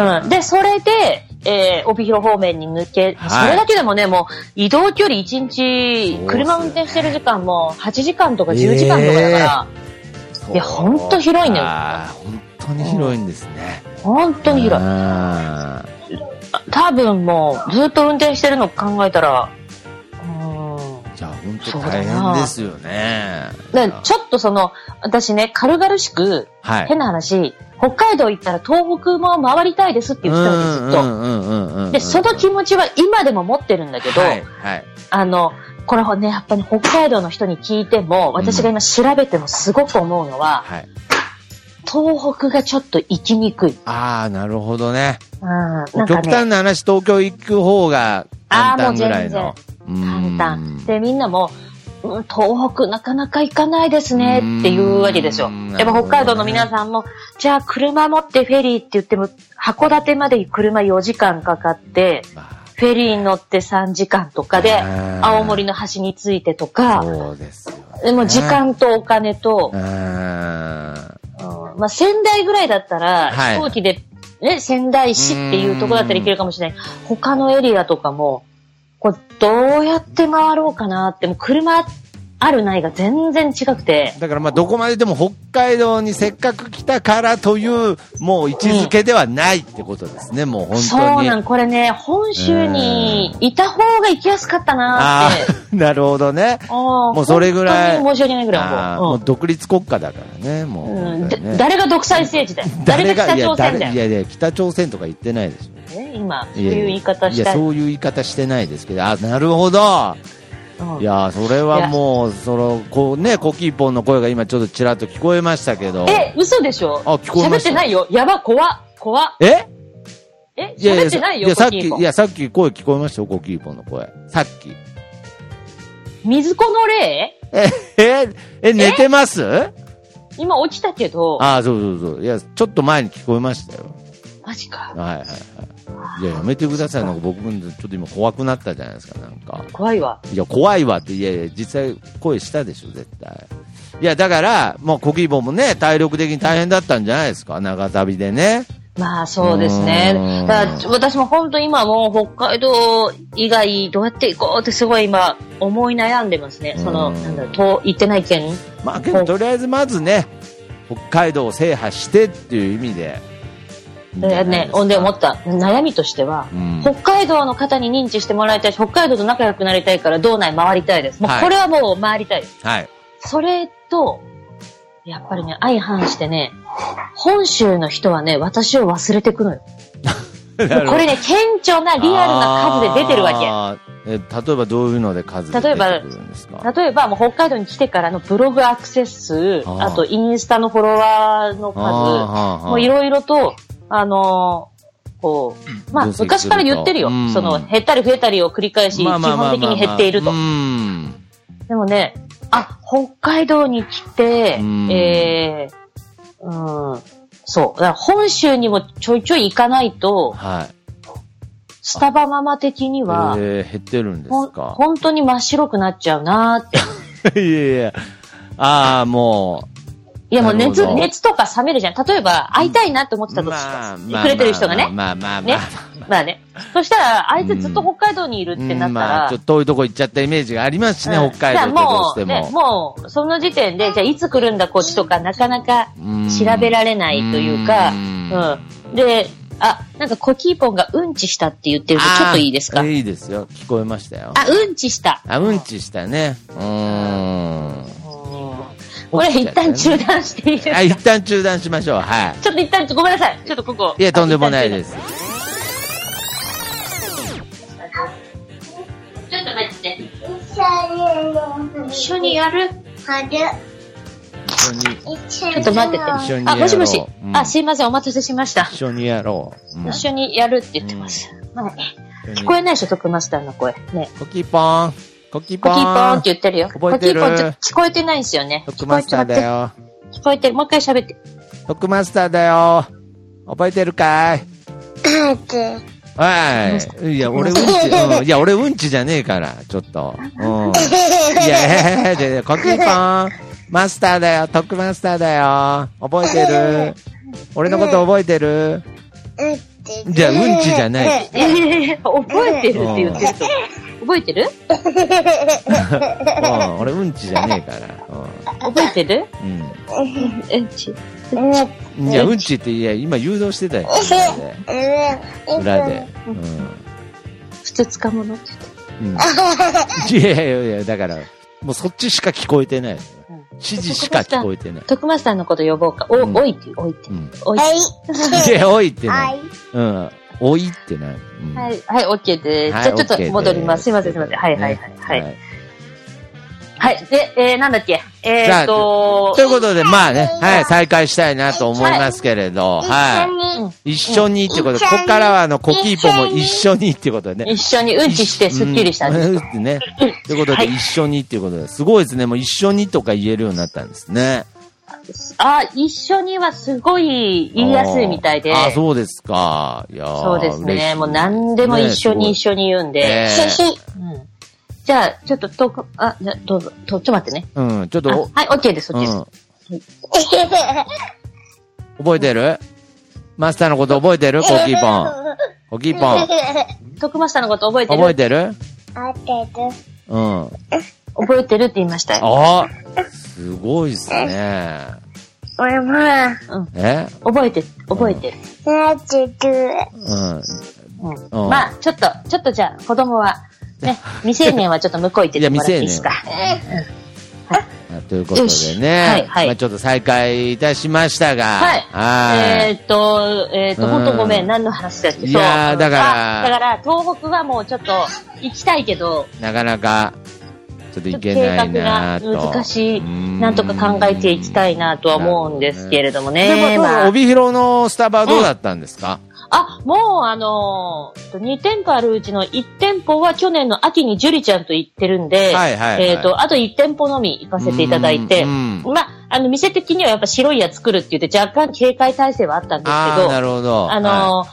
[SPEAKER 1] は
[SPEAKER 2] うん。で、それで、えー帯広方面に抜け、
[SPEAKER 1] はい
[SPEAKER 2] それだけでもね、もう、移動距離1日、
[SPEAKER 1] ね
[SPEAKER 2] 車運転してる時間も8時間とか10時間とかだから、いやほんと広いね
[SPEAKER 1] ああ、本当に広いんですね。
[SPEAKER 2] 本当に広い。
[SPEAKER 1] あ
[SPEAKER 2] 多分もう、ずっと運転してるの考えたら、うーん。
[SPEAKER 1] あじゃあ本当大変ですよね。
[SPEAKER 2] でちょっとその、私ね、軽々しく、
[SPEAKER 1] はい。
[SPEAKER 2] 変な話、北海道行ったら東北も回りたいですって言ってた
[SPEAKER 1] うんん
[SPEAKER 2] です、ずっ
[SPEAKER 1] うんうんうんうんう
[SPEAKER 2] と。
[SPEAKER 1] ん
[SPEAKER 2] で、その気持ちは今でも持ってるんだけど、
[SPEAKER 1] はいはい。
[SPEAKER 2] あの、これはね、やっぱり北海道の人に聞いても、私が今調べてもすごく思うのは、
[SPEAKER 1] はい。
[SPEAKER 2] 東北がちょっと行きにくい。
[SPEAKER 1] ああ、なるほどね。
[SPEAKER 2] うん、なんか
[SPEAKER 1] 極端
[SPEAKER 2] ね、
[SPEAKER 1] な話、東京行く方が簡
[SPEAKER 2] あーも
[SPEAKER 1] 単
[SPEAKER 2] う
[SPEAKER 1] ぐ
[SPEAKER 2] 全然
[SPEAKER 1] らいの。
[SPEAKER 2] 簡単。
[SPEAKER 1] う
[SPEAKER 2] で、みんなも、うん東北なかなか行かないですねっていうわけですよ。
[SPEAKER 1] うん
[SPEAKER 2] やっぱ北海道の皆さんも、じゃあ車持ってフェリーって言っても、函館まで車4時間かかって、フェリーに乗って3時間とかで、
[SPEAKER 1] うん
[SPEAKER 2] 青森の端に着いてとか、
[SPEAKER 1] そうですよ、ね。
[SPEAKER 2] でも時間とお金と
[SPEAKER 1] う、ん。
[SPEAKER 2] うんまあ、仙台ぐらいだったら、
[SPEAKER 1] はい
[SPEAKER 2] 飛行機で、ね、仙台市っていうところだったら行けるかもしれない。他のエリアとかも、これどうやって回ろうかなって、もう車あるないが全然違くて、
[SPEAKER 1] だからまあどこまででも北海道にせっかく来たからというもう位置づけではないってことですね、もう本
[SPEAKER 2] そ
[SPEAKER 1] 当
[SPEAKER 2] う
[SPEAKER 1] に。
[SPEAKER 2] なん、これね、本州にいた方が行きやすかったな
[SPEAKER 1] あ
[SPEAKER 2] ーって。
[SPEAKER 1] あ、なるほどね。
[SPEAKER 2] あー
[SPEAKER 1] もうそれぐらい
[SPEAKER 2] 本当に申し訳ないぐら
[SPEAKER 1] ああ
[SPEAKER 2] い
[SPEAKER 1] も
[SPEAKER 2] もう
[SPEAKER 1] う独立国家だからね、もう
[SPEAKER 2] うんう
[SPEAKER 1] 本
[SPEAKER 2] ん
[SPEAKER 1] 当
[SPEAKER 2] だ
[SPEAKER 1] にね。
[SPEAKER 2] 誰が独裁政 治だよ。誰が北朝鮮
[SPEAKER 1] い
[SPEAKER 2] だ
[SPEAKER 1] やい
[SPEAKER 2] よ。ね
[SPEAKER 1] やいや、北朝鮮とか言ってないでしょ。
[SPEAKER 2] 今、そう
[SPEAKER 1] いや
[SPEAKER 2] いう言い方し
[SPEAKER 1] いや、
[SPEAKER 2] たい。
[SPEAKER 1] そういう言い方してないですけど、あ、なるほど。
[SPEAKER 2] うん
[SPEAKER 1] いや、それはもう、その、こうね、コキーポンの声が今ちょっとちらっと聞こえましたけど。
[SPEAKER 2] え、嘘でしょ
[SPEAKER 1] あ聞こえま
[SPEAKER 2] 喋
[SPEAKER 1] し
[SPEAKER 2] ったてないよ。やば、怖、怖。
[SPEAKER 1] え
[SPEAKER 2] え、
[SPEAKER 1] いやい
[SPEAKER 2] 喋
[SPEAKER 1] や、
[SPEAKER 2] ってないよ、
[SPEAKER 1] やさっ
[SPEAKER 2] コ
[SPEAKER 1] き、
[SPEAKER 2] キーポ
[SPEAKER 1] い
[SPEAKER 2] ン。
[SPEAKER 1] や、さっき声聞こえましたよ、コキーポンの声。さっき。
[SPEAKER 2] 水子の霊
[SPEAKER 1] え、 え、え、寝てます
[SPEAKER 2] 今起きたけど、
[SPEAKER 1] ああ、そうそうそう。いや、ちょっと前に聞こえましたよ。
[SPEAKER 2] マジか。
[SPEAKER 1] はいはいはい。いや、やめてください。なんか僕もちょっと今怖くなったじゃないですか、なんか。
[SPEAKER 2] 怖いわ。
[SPEAKER 1] いや、怖いわって、いやいや、実際声したでしょ、絶対。いや、だから、もうコキーポンもね、体力的に大変だったんじゃないですか、長旅でね。
[SPEAKER 2] まあそうですね
[SPEAKER 1] う。ん
[SPEAKER 2] だからちょ私も本当今もう北海道以外どうやって行こうってすごい今思い悩んでますね。そ
[SPEAKER 1] う
[SPEAKER 2] の、
[SPEAKER 1] ん
[SPEAKER 2] なんだろう、遠行ってない県
[SPEAKER 1] まあ、けど、とりあえずまずね、北海道を制覇してっていう意味で。いいんじゃない
[SPEAKER 2] で
[SPEAKER 1] です
[SPEAKER 2] ね、
[SPEAKER 1] か
[SPEAKER 2] ほんで思った悩みとしては、
[SPEAKER 1] うん
[SPEAKER 2] 北海道の方に認知してもらいたいし、北海道と仲良くなりたいから道内回りたいです。もう
[SPEAKER 1] はい
[SPEAKER 2] これはもう回りたいです。
[SPEAKER 1] はい。
[SPEAKER 2] それと、やっぱりね、相反してね、本州の人はね、私を忘れてくのよ。もうこれ ね、顕著なリアルな数で出てるわ
[SPEAKER 1] わけ。え例えばどういうので数で
[SPEAKER 2] 例
[SPEAKER 1] 出
[SPEAKER 2] えば
[SPEAKER 1] てくるんですか
[SPEAKER 2] け。例えば、もう北海道に来てからのブログアクセス数、
[SPEAKER 1] あー
[SPEAKER 2] あとインスタのフォロワーの数、もうい
[SPEAKER 1] ろ
[SPEAKER 2] ろいろと、あのーこう、まあ、
[SPEAKER 1] 分析すると
[SPEAKER 2] 昔から言ってるよ
[SPEAKER 1] うん。
[SPEAKER 2] その、減ったり増えたりを繰り返し、基本的に減っていると
[SPEAKER 1] う。ん。
[SPEAKER 2] でもね、あ、北海道に来て、
[SPEAKER 1] うん
[SPEAKER 2] えー、うん、そう。だから本州にもちょいちょい行かないと、
[SPEAKER 1] はい。
[SPEAKER 2] スタバママ的には、
[SPEAKER 1] えー減ってるんで
[SPEAKER 2] ほ
[SPEAKER 1] す
[SPEAKER 2] ん
[SPEAKER 1] か。
[SPEAKER 2] 本当に真っ白くなっちゃうなーっ て。
[SPEAKER 1] いやいや。ああ、も
[SPEAKER 2] いやもう
[SPEAKER 1] なるほ
[SPEAKER 2] 熱、
[SPEAKER 1] ど
[SPEAKER 2] 熱とか冷めるじゃん。例えば、会いたいなって思っ
[SPEAKER 1] う。
[SPEAKER 2] てたとし
[SPEAKER 1] まあ
[SPEAKER 2] てくれてる人がね。
[SPEAKER 1] まあまあまあまあまあ
[SPEAKER 2] ね
[SPEAKER 1] まあ。
[SPEAKER 2] まあね。そしたら、あいつずっと北海道にいるっ
[SPEAKER 1] う
[SPEAKER 2] てなっ
[SPEAKER 1] ん
[SPEAKER 2] た
[SPEAKER 1] まあ、
[SPEAKER 2] ら
[SPEAKER 1] ちょっ、と遠いとこ行っちゃったイメージがありますしね、
[SPEAKER 2] うん
[SPEAKER 1] 北海道ってどうして
[SPEAKER 2] じゃあも
[SPEAKER 1] も。
[SPEAKER 2] う、ね、もう、その時点で、じゃあいつ来るんだこっちとか、なかなか
[SPEAKER 1] うん
[SPEAKER 2] 調べられないというか、
[SPEAKER 1] うん
[SPEAKER 2] うん。で、あ、なんかコキーポンがうんちしたって言ってるんで、ちょっといいですか
[SPEAKER 1] あーいいですよ。聞こえましたよ。
[SPEAKER 2] あ、うんちした。
[SPEAKER 1] あ、うんちしたね。うーん。
[SPEAKER 2] これ一旦中断していいです
[SPEAKER 1] あ、
[SPEAKER 2] か
[SPEAKER 1] 一旦中断しましょう。はい。
[SPEAKER 2] ちょっと一旦、ごめんなさい。ちょっとここ。
[SPEAKER 1] いや、とんでもないです。
[SPEAKER 2] ちょっと待って。
[SPEAKER 3] 一
[SPEAKER 2] 一緒にやる
[SPEAKER 1] 一緒に、
[SPEAKER 3] ち
[SPEAKER 2] ちょっと待ってて。
[SPEAKER 1] 一緒にやろう
[SPEAKER 2] あ、もしもし
[SPEAKER 1] う。ん
[SPEAKER 2] あ、すいません。お待たせしました。
[SPEAKER 1] 一緒にやろう。うん
[SPEAKER 2] 一緒にやるって言ってます。はい聞こえないでしょ、徳マスターの声。ね。
[SPEAKER 1] コキポーン。コキポ
[SPEAKER 2] コ
[SPEAKER 1] ーン。
[SPEAKER 2] キーポーンって言ってるよ。
[SPEAKER 1] 覚えてる
[SPEAKER 2] コキーポーンちょ聞こえてないんですよね。
[SPEAKER 1] トックマスターだよ。
[SPEAKER 2] 聞こえてる。もう一回喋って。
[SPEAKER 1] トックマスターだよ。覚えてるかいはい。いや、俺うんち、うんいや、俺うんちじゃねえから、ちょっと。うん。いや、いやいやコキポーン。マスターだよ。トックマスターだよ。覚えてる俺のこと覚えてるじゃあ、うんちじゃない。
[SPEAKER 2] 覚えてるって言ってると。覚えてる
[SPEAKER 1] うん、俺うんちじゃねえから。
[SPEAKER 2] 覚えてる
[SPEAKER 1] うん。
[SPEAKER 2] うんち。
[SPEAKER 1] うん。いや、うんちって、いや、今誘導してたよ。裏で。うん。
[SPEAKER 2] 普通つかものって
[SPEAKER 1] うん、いやいやいや、だから、もうそっちしか聞こえてない。指示しか聞こえてない。
[SPEAKER 2] 徳マスターのこと呼ぼうか。
[SPEAKER 1] うん
[SPEAKER 2] お、おいって、おいって
[SPEAKER 1] う。ん。
[SPEAKER 2] おい。
[SPEAKER 1] いや、おいってない。うん。おいってない。うん
[SPEAKER 2] はい、はい、OK です。
[SPEAKER 1] はい
[SPEAKER 2] じゃあちょっ
[SPEAKER 1] OK で
[SPEAKER 2] と戻ります。すいません、すいません。はい、はい、
[SPEAKER 1] ね
[SPEAKER 2] はい。はい。はい。で、えー、なんだっけ。え
[SPEAKER 1] じゃ
[SPEAKER 2] ー、
[SPEAKER 1] あ
[SPEAKER 2] っと
[SPEAKER 1] とい、うことで、まあね、はい、再開したいなと思いますけれど、は
[SPEAKER 3] 一緒に
[SPEAKER 1] い。一緒にっていうことで、
[SPEAKER 3] うん
[SPEAKER 1] ここからはあの、コキーポも一緒にっていうことでね。
[SPEAKER 2] 一緒にうんちしてすっきりしたんです。
[SPEAKER 1] うんうんってね。ということ
[SPEAKER 2] は
[SPEAKER 1] で、
[SPEAKER 2] い
[SPEAKER 1] 一緒にっていうことで、すごいですね。もう一緒にとか言えるようになったんですね。
[SPEAKER 2] あ、一緒にはすごい言いやすいみたいで。
[SPEAKER 1] あーあー、そうですか。いやー
[SPEAKER 2] そうです
[SPEAKER 1] 嬉しい
[SPEAKER 2] ね。もう何でも一緒に一緒に言うんで。
[SPEAKER 1] ねすごい
[SPEAKER 3] ひひ
[SPEAKER 2] うんじゃあ、ちょっと遠く、あ、じゃあどうぞ、とちょっと待ってね。
[SPEAKER 1] うん、ちょっ
[SPEAKER 2] あ
[SPEAKER 1] と、
[SPEAKER 2] はい、OK です、
[SPEAKER 1] う
[SPEAKER 2] OK です。
[SPEAKER 1] ん、覚えてるマスターのこと覚えてるコキーポン。コキーポン。
[SPEAKER 2] 徳マスターのこと覚えてる
[SPEAKER 1] 覚えてる
[SPEAKER 3] あって
[SPEAKER 1] うん。あ
[SPEAKER 2] 覚えてるって言いましたよ。
[SPEAKER 1] あすごいっすね。
[SPEAKER 3] る。俺も、な
[SPEAKER 2] うん。
[SPEAKER 1] え
[SPEAKER 2] 覚えてる、覚えてる。
[SPEAKER 3] ってる。
[SPEAKER 1] うん。
[SPEAKER 2] うん。
[SPEAKER 1] うん
[SPEAKER 2] まあ、ちょっと、ちょっとじゃあ、子供は、 ね、未成年はちょっと向こう行っててもらっていいですか。
[SPEAKER 1] ということ
[SPEAKER 2] よ
[SPEAKER 1] で
[SPEAKER 2] し
[SPEAKER 1] ね。
[SPEAKER 2] はいはい
[SPEAKER 1] まあちょっと再開いたしましたが。
[SPEAKER 2] はい。
[SPEAKER 1] はい。
[SPEAKER 2] えーっと、えーっと、
[SPEAKER 1] うん
[SPEAKER 2] 本当ごめん、何の話だっけ
[SPEAKER 1] いやー
[SPEAKER 2] そう
[SPEAKER 1] だから
[SPEAKER 2] あだから、東北はもうちょっと、行きたいけど、
[SPEAKER 1] なかなか、ちょっと
[SPEAKER 2] ち
[SPEAKER 1] い
[SPEAKER 2] ょっと計
[SPEAKER 1] けな
[SPEAKER 2] 画
[SPEAKER 1] いな
[SPEAKER 2] が
[SPEAKER 1] と。
[SPEAKER 2] 難しい、
[SPEAKER 1] うん
[SPEAKER 2] なんとか考えていきたいなとは思うんですけれども
[SPEAKER 1] でも
[SPEAKER 2] ね。
[SPEAKER 1] どう
[SPEAKER 2] まあ
[SPEAKER 1] 帯広のスタバはどうだったんですか、
[SPEAKER 2] あ、もうあのー、2店舗あるうちの1店舗は去年の秋にジュリちゃんと行ってるんで、
[SPEAKER 1] はいはいはい
[SPEAKER 2] えっ、と、あと1店舗のみ行かせていただいて、
[SPEAKER 1] うんうん
[SPEAKER 2] まあ、あの、店的にはやっぱ白いや作るって言って若干警戒体制はあったんです
[SPEAKER 1] あ
[SPEAKER 2] け
[SPEAKER 1] あー、
[SPEAKER 2] ど、
[SPEAKER 1] なるほど。
[SPEAKER 2] あの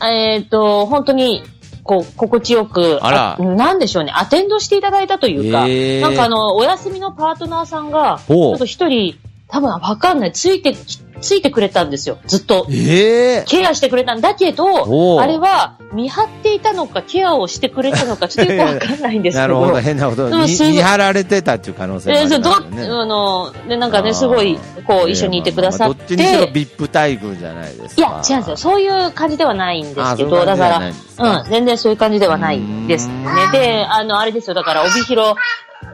[SPEAKER 2] ーえっ、と、本当に、こう、心地よく、
[SPEAKER 1] あら
[SPEAKER 2] なんでしょうね、アテンドしていただいたというか、
[SPEAKER 1] へー
[SPEAKER 2] なんかあの、お休みのパートナーさんが、ち
[SPEAKER 1] ほう
[SPEAKER 2] ょっと一人、多分わかんない、ついてき、ついてくれたんですよ、ずっと。
[SPEAKER 1] ええ
[SPEAKER 2] ケアしてくれたんだけ
[SPEAKER 1] おう
[SPEAKER 2] ど、あれは見張っていたのか、ケアをしてくれたのか、ちょっとよくわかんないんですけ
[SPEAKER 1] なる
[SPEAKER 2] ど。
[SPEAKER 1] ほど、変なこと
[SPEAKER 2] で
[SPEAKER 1] に
[SPEAKER 2] もすごい
[SPEAKER 1] 見張られてたっていう可能性もあ
[SPEAKER 2] えー、
[SPEAKER 1] り
[SPEAKER 2] そ
[SPEAKER 1] ま
[SPEAKER 2] うど
[SPEAKER 1] すよ
[SPEAKER 2] っ、
[SPEAKER 1] ね。
[SPEAKER 2] あの、ね、なんか
[SPEAKER 1] あ
[SPEAKER 2] ね、
[SPEAKER 1] ー
[SPEAKER 2] すごい、こう、一緒にいてくださっ
[SPEAKER 1] まあまあ
[SPEAKER 2] て。
[SPEAKER 1] どっちにしろビップ待遇じゃないです
[SPEAKER 2] い
[SPEAKER 1] か。
[SPEAKER 2] や、違うんですよ。そういう感じではないんですけ
[SPEAKER 1] あそういう
[SPEAKER 2] ど、
[SPEAKER 1] 感じ
[SPEAKER 2] だ
[SPEAKER 1] で
[SPEAKER 2] か
[SPEAKER 1] は
[SPEAKER 2] ら、
[SPEAKER 1] ないんですか
[SPEAKER 2] うん、全然そういう感じではないですね。で、あの、あれですよ、だから、帯広、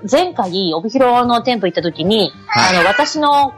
[SPEAKER 2] 前回、帯広の店舗行った時に、
[SPEAKER 1] はい
[SPEAKER 2] あの、私の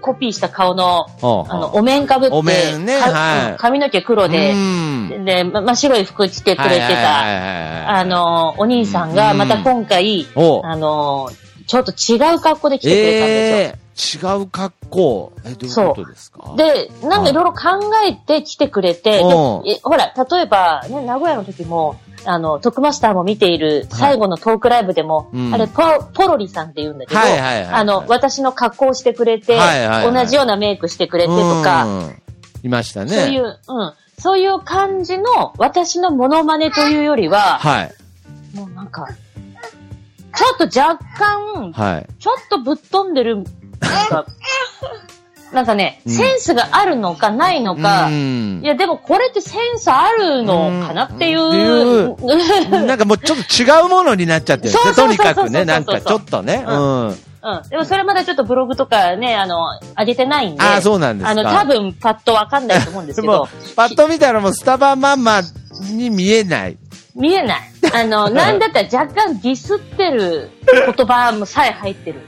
[SPEAKER 2] コピーした顔の、
[SPEAKER 1] ほうほ
[SPEAKER 2] あ
[SPEAKER 1] う
[SPEAKER 2] の、お面かぶって、
[SPEAKER 1] お面ね
[SPEAKER 2] か
[SPEAKER 1] はい
[SPEAKER 2] うん髪の毛黒で
[SPEAKER 1] う、ん
[SPEAKER 2] で、ま、真っ白い服着てくれて
[SPEAKER 1] はいはいはい
[SPEAKER 2] た、
[SPEAKER 1] はいはい
[SPEAKER 2] あ、の、お兄さん
[SPEAKER 1] う
[SPEAKER 2] が、
[SPEAKER 1] ん
[SPEAKER 2] また今回、
[SPEAKER 1] お
[SPEAKER 2] あの、ちょっと違う格好で来てくれたんですよ。
[SPEAKER 1] ええ違う格好。え、どういうことですか
[SPEAKER 2] で、なんかいろいろ考えて来てくれて、で
[SPEAKER 1] うん
[SPEAKER 2] えほら、例えば、ね、名古屋の時も、あの、徳マスターも見ている最後のトークライブでも、
[SPEAKER 1] うん
[SPEAKER 2] あれポ、ポロリさんって言うんだけど、
[SPEAKER 1] はいはいはいはい
[SPEAKER 2] あの、私の格好をしてくれて、
[SPEAKER 1] はいはいはい
[SPEAKER 2] 同じようなメイクしてくれてとか、
[SPEAKER 1] うん、いましたね。
[SPEAKER 2] そういう、うん、そういう感じの私のモノマネというよりは、
[SPEAKER 1] はい。
[SPEAKER 2] もうなんか、ちょっと若干、
[SPEAKER 1] はい。
[SPEAKER 2] ちょっとぶっ飛んでる、なん か、なんかね、
[SPEAKER 1] うん
[SPEAKER 2] センスがあるのかないのか、
[SPEAKER 1] うん
[SPEAKER 2] いや、でもこれってセンスあるのかなっていう。
[SPEAKER 1] うんっなんかもうちょっと違うものになっちゃってるんですね。と
[SPEAKER 2] そうそう
[SPEAKER 1] に
[SPEAKER 2] そう
[SPEAKER 1] か
[SPEAKER 2] そうそう
[SPEAKER 1] くね、なんかちょっとね。う。
[SPEAKER 2] うん うん。でもそれまだちょっとブログとかね、あの、上げてないんで。
[SPEAKER 1] あーそうなんですか
[SPEAKER 2] あの、多分パッとわかんないと思うんです
[SPEAKER 1] で
[SPEAKER 2] け
[SPEAKER 1] も
[SPEAKER 2] ど、、
[SPEAKER 1] パッと見たらもうスタバママに見えない。
[SPEAKER 2] 見えない。あの、なんだったら若干ディスってる言葉もさえ入ってる。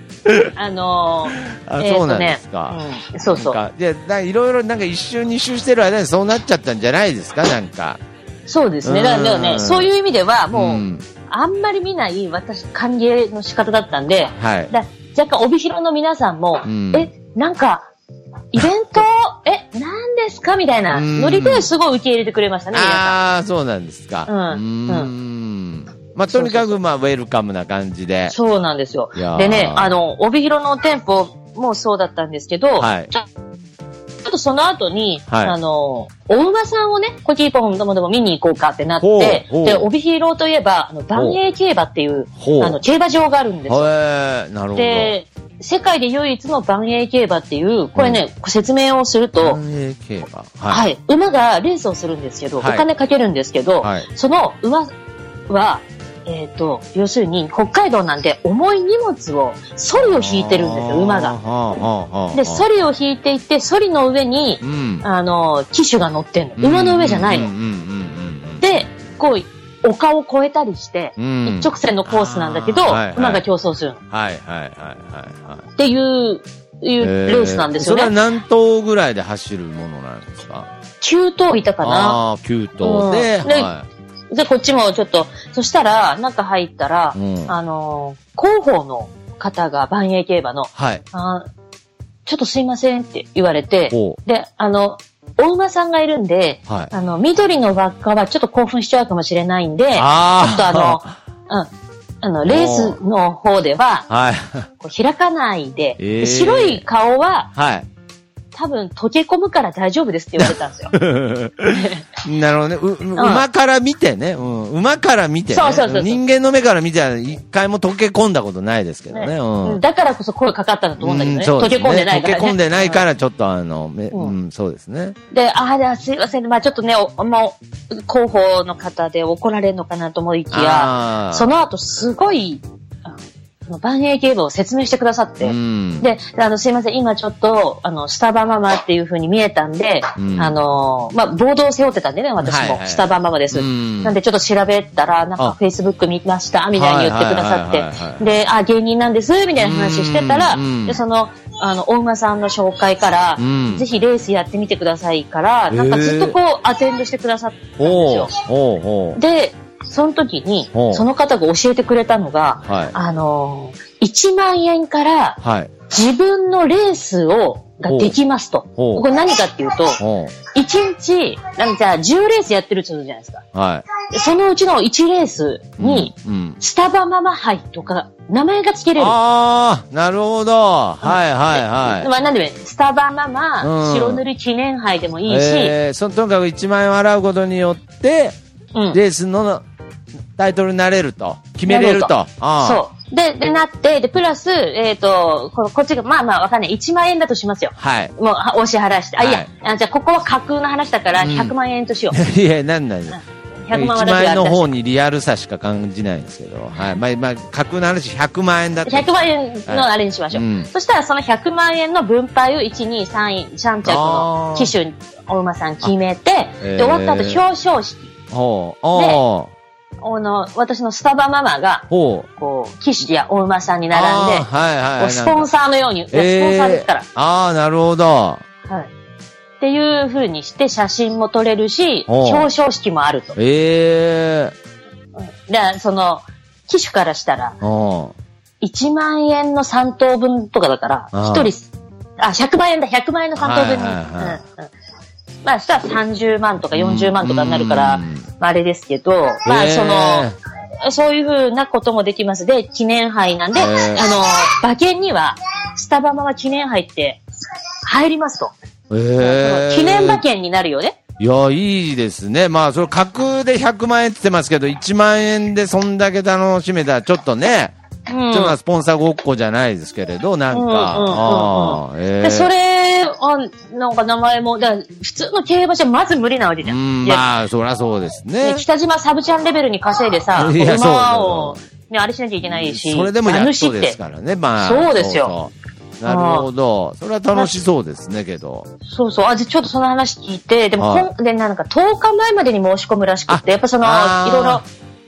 [SPEAKER 2] あの
[SPEAKER 1] あ
[SPEAKER 2] えー
[SPEAKER 1] そ
[SPEAKER 2] とね
[SPEAKER 1] うなんですか
[SPEAKER 2] うんそうそう。
[SPEAKER 1] なんか。で、ないろいろなんか一周二周してる間にそうなっちゃったんじゃないですか、なんか。
[SPEAKER 2] そうですね。だからだから
[SPEAKER 1] うん
[SPEAKER 2] ね、そういう意味では、もう、
[SPEAKER 1] ん
[SPEAKER 2] あんまり見ない私、歓迎の仕方だったんで、
[SPEAKER 1] はい。
[SPEAKER 2] だ若干、帯広の皆さんも、
[SPEAKER 1] うん
[SPEAKER 2] え、なんか、イベント、え、何ですかみたいな、
[SPEAKER 1] うん
[SPEAKER 2] ノリですごい受け入れてくれましたね、皆さん。
[SPEAKER 1] ああ、そうなんですか。
[SPEAKER 2] うん
[SPEAKER 1] ーんまあ、とにかく、まあ、ウェルカムな感じで。
[SPEAKER 2] そうなんですよ
[SPEAKER 1] いやー。
[SPEAKER 2] でね、あの、帯広の店舗もそうだったんですけど、
[SPEAKER 1] はい
[SPEAKER 2] ちょちょっとその後に、
[SPEAKER 1] はい
[SPEAKER 2] あの、お馬さんをね、コキーポンどもども見に行こうかってなっ
[SPEAKER 1] ほう
[SPEAKER 2] て、
[SPEAKER 1] ほう
[SPEAKER 2] で、帯広といえば、あの、万栄競馬っていう
[SPEAKER 1] ほう、
[SPEAKER 2] あの、競馬場があるんですよ。
[SPEAKER 1] へえ、なるほど。
[SPEAKER 2] で、世界で唯一の万栄競馬っていう、これね、説明をすると、
[SPEAKER 1] 繁栄競馬。。
[SPEAKER 2] はいい、馬がレースをするんですけど、
[SPEAKER 1] はい
[SPEAKER 2] お金かけるんですけど、
[SPEAKER 1] はい
[SPEAKER 2] その馬は、えっ、と、要するに北海道なんで重い荷物を、ソリを引いてるんですよ、
[SPEAKER 1] は
[SPEAKER 2] 馬が。
[SPEAKER 1] あはあはあ
[SPEAKER 2] で、ソリを引いていって、ソリの上に
[SPEAKER 1] う、ん。
[SPEAKER 2] あの、騎手が乗ってんの。馬の上じゃない
[SPEAKER 1] うん
[SPEAKER 2] の。
[SPEAKER 1] うんうん
[SPEAKER 2] で、こう、丘を越えたりして、
[SPEAKER 1] うんうん。
[SPEAKER 2] 一直線のコースなんだけど、
[SPEAKER 1] あーはいはい
[SPEAKER 2] 馬が競争するの。
[SPEAKER 1] はいはいはいはいはい。
[SPEAKER 2] っていう、いうレースなんですよ
[SPEAKER 1] えーそ
[SPEAKER 2] ね。
[SPEAKER 1] れは何頭ぐらいで走るものなんですか
[SPEAKER 2] 9頭いたかな。
[SPEAKER 1] ああー、9頭で、
[SPEAKER 2] うんで
[SPEAKER 1] は
[SPEAKER 2] で、こっちもちょっと、そしたら、中入ったら、
[SPEAKER 1] うん
[SPEAKER 2] あのー広報の方が、万栄競馬の、
[SPEAKER 1] はい。
[SPEAKER 2] あーちょっとすいませんって言われて、
[SPEAKER 1] おう
[SPEAKER 2] で、あの、お馬さんがいるんで、
[SPEAKER 1] はい。
[SPEAKER 2] あの、緑の輪っかはちょっと興奮しちゃうかもしれないんで、ちょ
[SPEAKER 1] あ
[SPEAKER 2] っとあの、うん、あの、レースの方では、
[SPEAKER 1] はい。
[SPEAKER 2] こう開かないで、
[SPEAKER 1] えー
[SPEAKER 2] で白い顔は
[SPEAKER 1] はい。
[SPEAKER 2] 多分溶け込むから大丈夫ですって言われたんですよ。
[SPEAKER 1] なるほどね。う、う馬から見てね。うん。馬から見て、ね。
[SPEAKER 2] そうそうそうそう
[SPEAKER 1] 人間の目から見ては一回も溶け込んだこと ないですけどね。
[SPEAKER 2] ね
[SPEAKER 1] うん。
[SPEAKER 2] だからこそ声かかったんだと思うんだけどね。
[SPEAKER 1] そう
[SPEAKER 2] 溶け
[SPEAKER 1] すね
[SPEAKER 2] 込んでないから、
[SPEAKER 1] 溶
[SPEAKER 2] ね。
[SPEAKER 1] け込んでないから、ちょっとあ の、め
[SPEAKER 2] うん
[SPEAKER 1] うん、そうですね。
[SPEAKER 2] で、ああ、じゃあすいません。まあちょっとね、おもう、広報の方で怒られるのかなと思いきや、
[SPEAKER 1] あー
[SPEAKER 2] その後すごい、あその万栄競馬を説明してくださって、
[SPEAKER 1] うん。
[SPEAKER 2] で、あの、すいません、今ちょっと、あの、スタバママっていう風に見えたんで、
[SPEAKER 1] うん
[SPEAKER 2] あの、まあ、ボードを背負ってたんでね、私も、
[SPEAKER 1] はいはい
[SPEAKER 2] スタバママです。
[SPEAKER 1] うん
[SPEAKER 2] なんで、ちょっと調べたら、なん
[SPEAKER 1] あ
[SPEAKER 2] か、Facebook 見ました、みたいに言って
[SPEAKER 1] は
[SPEAKER 2] くだ
[SPEAKER 1] いはいはい
[SPEAKER 2] さ
[SPEAKER 1] は
[SPEAKER 2] っ
[SPEAKER 1] い
[SPEAKER 2] て、で、あ、芸人なんです、みたいな話してたら
[SPEAKER 1] うんうん、
[SPEAKER 2] で、その、あの、お馬さんの紹介から
[SPEAKER 1] うん、
[SPEAKER 2] ぜひレースやってみてくださいか
[SPEAKER 1] へ
[SPEAKER 2] ら、
[SPEAKER 1] ー
[SPEAKER 2] なんかずっとこう、アテンドしてくださったんです
[SPEAKER 1] おう
[SPEAKER 2] よ。
[SPEAKER 1] おうおう
[SPEAKER 2] で、その時に、
[SPEAKER 1] お
[SPEAKER 2] その方が教えてくれたのが、
[SPEAKER 1] はい。
[SPEAKER 2] あの、1万円から、
[SPEAKER 1] はい。
[SPEAKER 2] 自分のレースを、ができますと。
[SPEAKER 1] ほう
[SPEAKER 2] これ何かっていうと、
[SPEAKER 1] おう
[SPEAKER 2] 1日、なんかじゃあ10レースやってるとするじゃないですか。
[SPEAKER 1] は
[SPEAKER 2] でそのうちの1レース
[SPEAKER 1] い。
[SPEAKER 2] に、
[SPEAKER 1] うん、うん。
[SPEAKER 2] スタバママ杯とか、名前が付けれる。
[SPEAKER 1] ああ、なるほど。はいはいはい。
[SPEAKER 2] まあ、なんでもいいスタバマ
[SPEAKER 1] う
[SPEAKER 2] マ、
[SPEAKER 1] ん
[SPEAKER 2] 白塗り記念杯でもいいし、
[SPEAKER 1] えー、そのとにかく1万円を払うことによって、
[SPEAKER 2] うん。
[SPEAKER 1] レースのタイトルになれると。決めれると。
[SPEAKER 2] な
[SPEAKER 1] ああ
[SPEAKER 2] そう。で、で、なって、で、プラス、えっ、とこ、こっちが、まあまあわかんない。1万円だとしますよ。
[SPEAKER 1] はい。
[SPEAKER 2] もう、はお支払いして。あ、い
[SPEAKER 1] は
[SPEAKER 2] や
[SPEAKER 1] い、
[SPEAKER 2] あじゃあここは架空の話だから、
[SPEAKER 1] うん
[SPEAKER 2] 100万円としよう。
[SPEAKER 1] いや、なんなんです。
[SPEAKER 2] 100
[SPEAKER 1] 1
[SPEAKER 2] 万私
[SPEAKER 1] 万
[SPEAKER 2] が
[SPEAKER 1] 円の
[SPEAKER 2] 出して
[SPEAKER 1] 方にリアルさしか感じないんですけど、はい。まあ、まあ、架空の話100万円だった。
[SPEAKER 2] 100万円のあれにしましょう。
[SPEAKER 1] はいうん
[SPEAKER 2] そしたらその100万円の分配を1、2、3位、三着の機種にお馬さん決めて、
[SPEAKER 1] えー
[SPEAKER 2] で、終わった後表彰式。
[SPEAKER 1] ほう。おう。
[SPEAKER 2] あの、私のスタバママが、
[SPEAKER 1] ほう。
[SPEAKER 2] こう、機種やお馬さんに
[SPEAKER 1] あ
[SPEAKER 2] 並ん
[SPEAKER 1] ー
[SPEAKER 2] で、
[SPEAKER 1] はいはい
[SPEAKER 2] こ
[SPEAKER 1] は
[SPEAKER 2] う
[SPEAKER 1] い。
[SPEAKER 2] スポンサーのように、スポンサーですから。
[SPEAKER 1] えーああ、なるほど。
[SPEAKER 2] はい。っていう風にして写真も撮れるし、
[SPEAKER 1] お
[SPEAKER 2] 表彰式もあると。
[SPEAKER 1] ええ
[SPEAKER 2] で、その、機種からしたら、
[SPEAKER 1] お
[SPEAKER 2] 1万円の3等分とかだから、
[SPEAKER 1] ああ
[SPEAKER 2] 1人、あ、100万円だ、100万円の3等分に。
[SPEAKER 1] はいはいはい
[SPEAKER 2] うんうんまあ、そしたら30万とか40万とかになるから、
[SPEAKER 1] うん
[SPEAKER 2] まあ、あれですけど、まあ、
[SPEAKER 1] ええ
[SPEAKER 2] その、そういうふうなこともできます。で、記念杯なんで、
[SPEAKER 1] ええ
[SPEAKER 2] あの、馬券には、スタバマは記念杯って、入りますと。
[SPEAKER 1] ええ
[SPEAKER 2] 記念馬券になるよね。
[SPEAKER 1] いや、いいですね。まあ、それ架空で100万円って言ってますけど、1万円でそんだけ楽しめたら、ちょっとね、
[SPEAKER 2] う
[SPEAKER 1] ちょ
[SPEAKER 2] ん
[SPEAKER 1] っとまあスポンサーごっこじゃないですけれど、なんか、
[SPEAKER 2] うんうんうんうん
[SPEAKER 1] ああ、ええ
[SPEAKER 2] で、それ、あ、なんか名前も、だから普通の競馬じゃまず無理なわけじ
[SPEAKER 1] う
[SPEAKER 2] ゃん。
[SPEAKER 1] ん、
[SPEAKER 2] いや
[SPEAKER 1] まあ、そりゃそうですね
[SPEAKER 2] ね、。北島サブちゃんレベルに稼いでさ、
[SPEAKER 1] いや
[SPEAKER 2] 馬
[SPEAKER 1] そ
[SPEAKER 2] を
[SPEAKER 1] う、
[SPEAKER 2] ね、あれしなきゃいけないし、
[SPEAKER 1] それでもやっと
[SPEAKER 2] 馬主
[SPEAKER 1] ですからね、まあ。
[SPEAKER 2] そうですよ
[SPEAKER 1] そうそう。なるほど。それは楽しそうですね、けど。
[SPEAKER 2] そうそう、あ、じゃあちょっとその話聞いて、でも、
[SPEAKER 1] はい
[SPEAKER 2] こんで、なんか10日前までに申し込むらしくって、やっぱその、い
[SPEAKER 1] あー
[SPEAKER 2] ろいろ、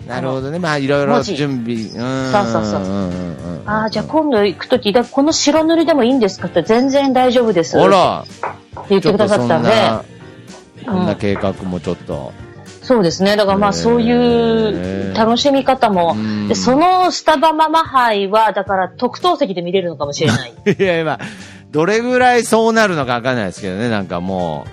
[SPEAKER 1] なるほどね。まあ、いろいろ
[SPEAKER 2] 文字
[SPEAKER 1] 準備。うん。
[SPEAKER 2] そうそうそう
[SPEAKER 1] うんうんうんうん
[SPEAKER 2] あーじゃあ今度行くとき、だこの白塗りでもいいんですかって、全然大丈夫です。
[SPEAKER 1] あら、
[SPEAKER 2] って言ってくださったんで、
[SPEAKER 1] ちょっとそんな、こんな計画もちょっと。
[SPEAKER 2] そうですね。だからま
[SPEAKER 1] へー
[SPEAKER 2] あそういう楽しみ方も
[SPEAKER 1] うん、
[SPEAKER 2] でそのスタバママ杯は、だから特等席で見れるのかもしれ ない。
[SPEAKER 1] いや、今、どれぐらいそうなるのかわかんないですけどね、なんかも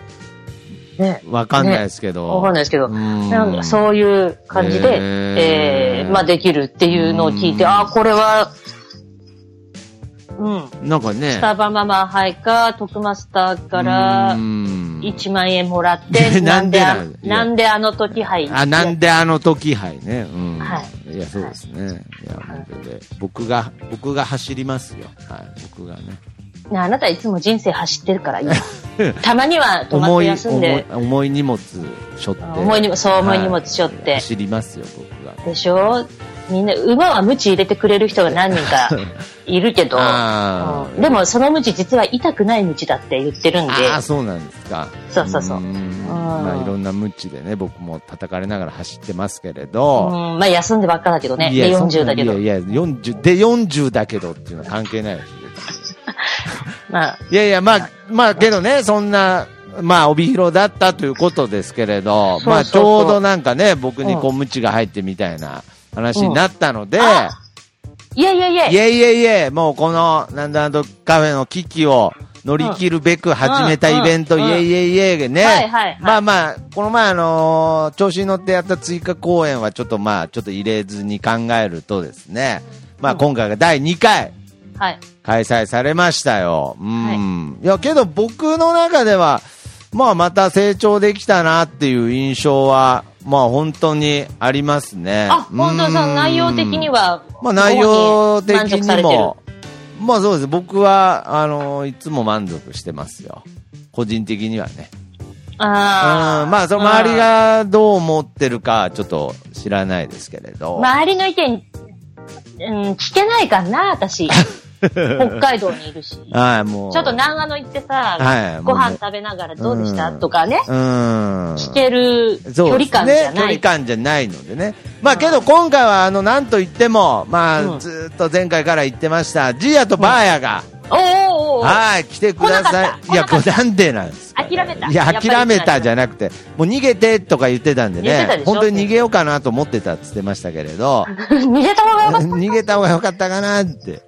[SPEAKER 2] ね。
[SPEAKER 1] う、わかんないですけど。
[SPEAKER 2] わかんないですけど、
[SPEAKER 1] うん
[SPEAKER 2] なんかそういう感じ
[SPEAKER 1] へ
[SPEAKER 2] で、
[SPEAKER 1] ー
[SPEAKER 2] えーまあできるっていうのを聞いて、
[SPEAKER 1] うん
[SPEAKER 2] ああ、これは、うん、
[SPEAKER 1] なんかね
[SPEAKER 2] ス。タバママ杯か、徳マスターから
[SPEAKER 1] うん
[SPEAKER 2] 1万円もらっ
[SPEAKER 1] いや
[SPEAKER 2] て、
[SPEAKER 1] なんで
[SPEAKER 2] あ
[SPEAKER 1] なんいや
[SPEAKER 2] なんであの時杯
[SPEAKER 1] あ、なんであの時杯ね。うん。。
[SPEAKER 2] はい
[SPEAKER 1] や、そうですね。い、や、本当で。僕が、僕が走りますよ。はい。僕がね。
[SPEAKER 2] ねあなたいつも人生走ってるか ら、今たまには止まって休ん
[SPEAKER 1] 重い
[SPEAKER 2] で、、
[SPEAKER 1] 重い荷物背負って。
[SPEAKER 2] 重い荷物そう重い荷物背負って
[SPEAKER 1] 走りますよ、僕が。
[SPEAKER 2] でしょみんな、馬は無知入れてくれる人が何人かいるけ ど、
[SPEAKER 1] あー
[SPEAKER 2] うんでもその無知実は痛くない無知だって言ってるんで、
[SPEAKER 1] ああ、そうなんですか。
[SPEAKER 2] そうそうそう
[SPEAKER 1] ーん
[SPEAKER 2] ん
[SPEAKER 1] まあ、いろんな無知でね、僕も叩かれながら走ってますけれど。
[SPEAKER 2] うん、まあ休んでばっかだけどね。で、
[SPEAKER 1] そんな
[SPEAKER 2] 40だけど。
[SPEAKER 1] いやいや、40、で40だけどっていうのは関係ないです。
[SPEAKER 2] まあ、
[SPEAKER 1] いやいや、まあ、まあ、けどね、そんな、まあ、帯広だったということですけれど、
[SPEAKER 2] そう
[SPEAKER 1] まあ、
[SPEAKER 2] そう
[SPEAKER 1] ち
[SPEAKER 2] そう
[SPEAKER 1] ょうどなんかね、僕にこう、無知が入ってみたいな話になったので、
[SPEAKER 2] いやいやいや
[SPEAKER 1] いえいえいえ、もうこの、なんだなんだカフェの危機を乗り切るべく始めたイベント、
[SPEAKER 2] うんうん
[SPEAKER 1] いえいえいえがね、
[SPEAKER 2] はいはいはい
[SPEAKER 1] まあまあ、この前あのー調子に乗ってやった追加公演はちょっとまあ、ちょっと入れずに考えるとですね、まあ今回が第2回
[SPEAKER 2] はい。
[SPEAKER 1] 開催されましたよ。うん。い、や、けど僕の中では、まあまた成長できたなっていう印象は、まあ本当にありますね。
[SPEAKER 2] あ、本当さん、内容的に
[SPEAKER 1] は
[SPEAKER 2] は、
[SPEAKER 1] まあ、内容的
[SPEAKER 2] 満足さ
[SPEAKER 1] に
[SPEAKER 2] れてる
[SPEAKER 1] も、まあそうです、僕はあのいつも満足してますよ、個人的にはね。
[SPEAKER 2] あ
[SPEAKER 1] う
[SPEAKER 2] ー
[SPEAKER 1] んまあ、その周り、がどう思ってるか、ちょっと知らないですけれ
[SPEAKER 2] う
[SPEAKER 1] ど、
[SPEAKER 2] ん周りの意見、うん、聞けないからな、 私。北海道にいるし。
[SPEAKER 1] はい、もう、
[SPEAKER 2] ちょっと長野行ってさ、
[SPEAKER 1] はい
[SPEAKER 2] ご飯食べながらどうでした、
[SPEAKER 1] うん
[SPEAKER 2] とかね、
[SPEAKER 1] うん、
[SPEAKER 2] 聞ける距
[SPEAKER 1] そう
[SPEAKER 2] 離
[SPEAKER 1] です
[SPEAKER 2] 感じ
[SPEAKER 1] ね
[SPEAKER 2] ゃ、
[SPEAKER 1] 距
[SPEAKER 2] な
[SPEAKER 1] 離
[SPEAKER 2] い。
[SPEAKER 1] 感じゃないのでね、まあけど今回は、あのなんといっても、ま
[SPEAKER 2] う
[SPEAKER 1] あ、
[SPEAKER 2] ん
[SPEAKER 1] ずっと前回から言ってました、ジーヤとバーヤが、
[SPEAKER 2] おーおーおー
[SPEAKER 1] はい、来てくだ
[SPEAKER 2] 来なか
[SPEAKER 1] さ
[SPEAKER 2] っ
[SPEAKER 1] い。
[SPEAKER 2] た
[SPEAKER 1] いや、
[SPEAKER 2] 来なか
[SPEAKER 1] こ
[SPEAKER 2] った
[SPEAKER 1] れなんでなんですか、
[SPEAKER 2] 諦めた
[SPEAKER 1] いや、
[SPEAKER 2] やっぱり
[SPEAKER 1] 諦めたじゃなくて、もう逃げてとか言ってたんで
[SPEAKER 2] 言ってた
[SPEAKER 1] ね
[SPEAKER 2] で、しょ
[SPEAKER 1] 本当に逃げようかなと思ってたって言ってましたけれ ど、
[SPEAKER 2] 逃げた方がよかった。
[SPEAKER 1] 逃げた方が良かったかなって。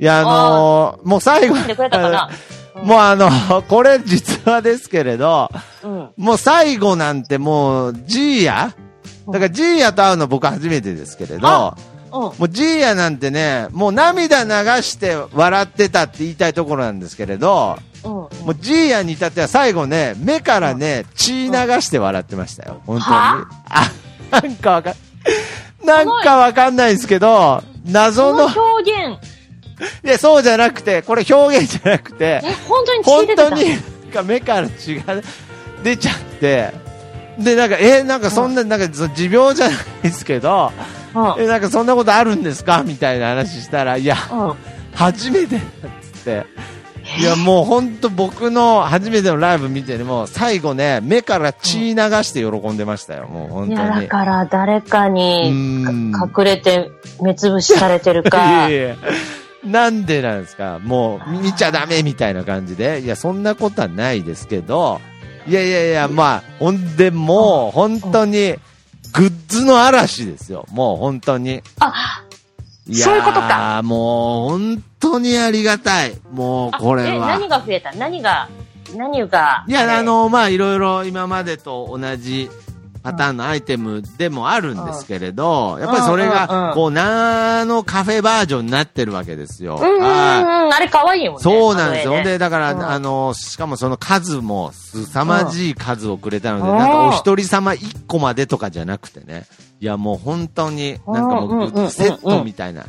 [SPEAKER 1] いや、あのーもう最後
[SPEAKER 2] 逃げてくれたかな
[SPEAKER 1] もうあの、これ実はですけれど、
[SPEAKER 2] うん。
[SPEAKER 1] もう最後なんてもう、ジーヤだからジーヤと会うの僕初めてですけれど
[SPEAKER 2] あ、うん。
[SPEAKER 1] もうジーヤなんてね、もう涙流して笑ってたって言いたいところなんですけれど、
[SPEAKER 2] うん。
[SPEAKER 1] もうジーヤに至っては最後ね、目からね、血流して笑ってましたよ。本当に。
[SPEAKER 2] は
[SPEAKER 1] あ、なんかわかん、なんかわかんないんですけど、謎
[SPEAKER 2] こ
[SPEAKER 1] の、
[SPEAKER 2] の表現、
[SPEAKER 1] いや、そうじゃなくて、これ表現じゃなくて
[SPEAKER 2] え、、本当に聞
[SPEAKER 1] 本
[SPEAKER 2] いてた
[SPEAKER 1] 当に、なんか目から血が出ちゃって、で、なんか、え、なんかそんな、なんか、その持病じゃないですけど、え、なんかそんなことあるんですかみたいな話したら、いや、
[SPEAKER 2] うん。うん。
[SPEAKER 1] 初めてだっつって。 いやもう本当僕の初めてのライブ見てねもう最後ね目から血流して喜んでましたよもう本
[SPEAKER 2] いや、
[SPEAKER 1] 当
[SPEAKER 2] だ
[SPEAKER 1] に。
[SPEAKER 2] から誰か
[SPEAKER 1] うん
[SPEAKER 2] にか隠れて目つぶしされてるか
[SPEAKER 1] いやい。やいやなんでなんですかもう見ちゃダメみたいな感じでいやそんなことはないですけどいやいやいやまあほんでもう本当にグッズの嵐ですよもう本当に。
[SPEAKER 2] あ、
[SPEAKER 1] いやー
[SPEAKER 2] そういうことか。
[SPEAKER 1] もう本当にありがたいもう
[SPEAKER 2] あ
[SPEAKER 1] これは。
[SPEAKER 2] え何が増えた何が、何が。
[SPEAKER 1] いや、
[SPEAKER 2] えー
[SPEAKER 1] あ、の、まあ、いろいろ今までと同じパターンのアイテムでもあるんですけれど、やっぱりそれ
[SPEAKER 2] うんうんう
[SPEAKER 1] が、
[SPEAKER 2] ん
[SPEAKER 1] こう、なのカフェバージョンになってるわけですよ。
[SPEAKER 2] うんうんうん、
[SPEAKER 1] はい
[SPEAKER 2] あれ可愛いよね。
[SPEAKER 1] そうなんです
[SPEAKER 2] あの
[SPEAKER 1] よ。
[SPEAKER 2] 絵ね
[SPEAKER 1] で、だから、
[SPEAKER 2] うん
[SPEAKER 1] あの、しかもその数も、凄まじい数をくれたので、
[SPEAKER 2] うん
[SPEAKER 1] なんかお一人様一個までとかじゃなくてね。いや、もう本当に、なんか
[SPEAKER 2] うんう
[SPEAKER 1] も
[SPEAKER 2] んうんう
[SPEAKER 1] う、
[SPEAKER 2] ん
[SPEAKER 1] セットみたいな。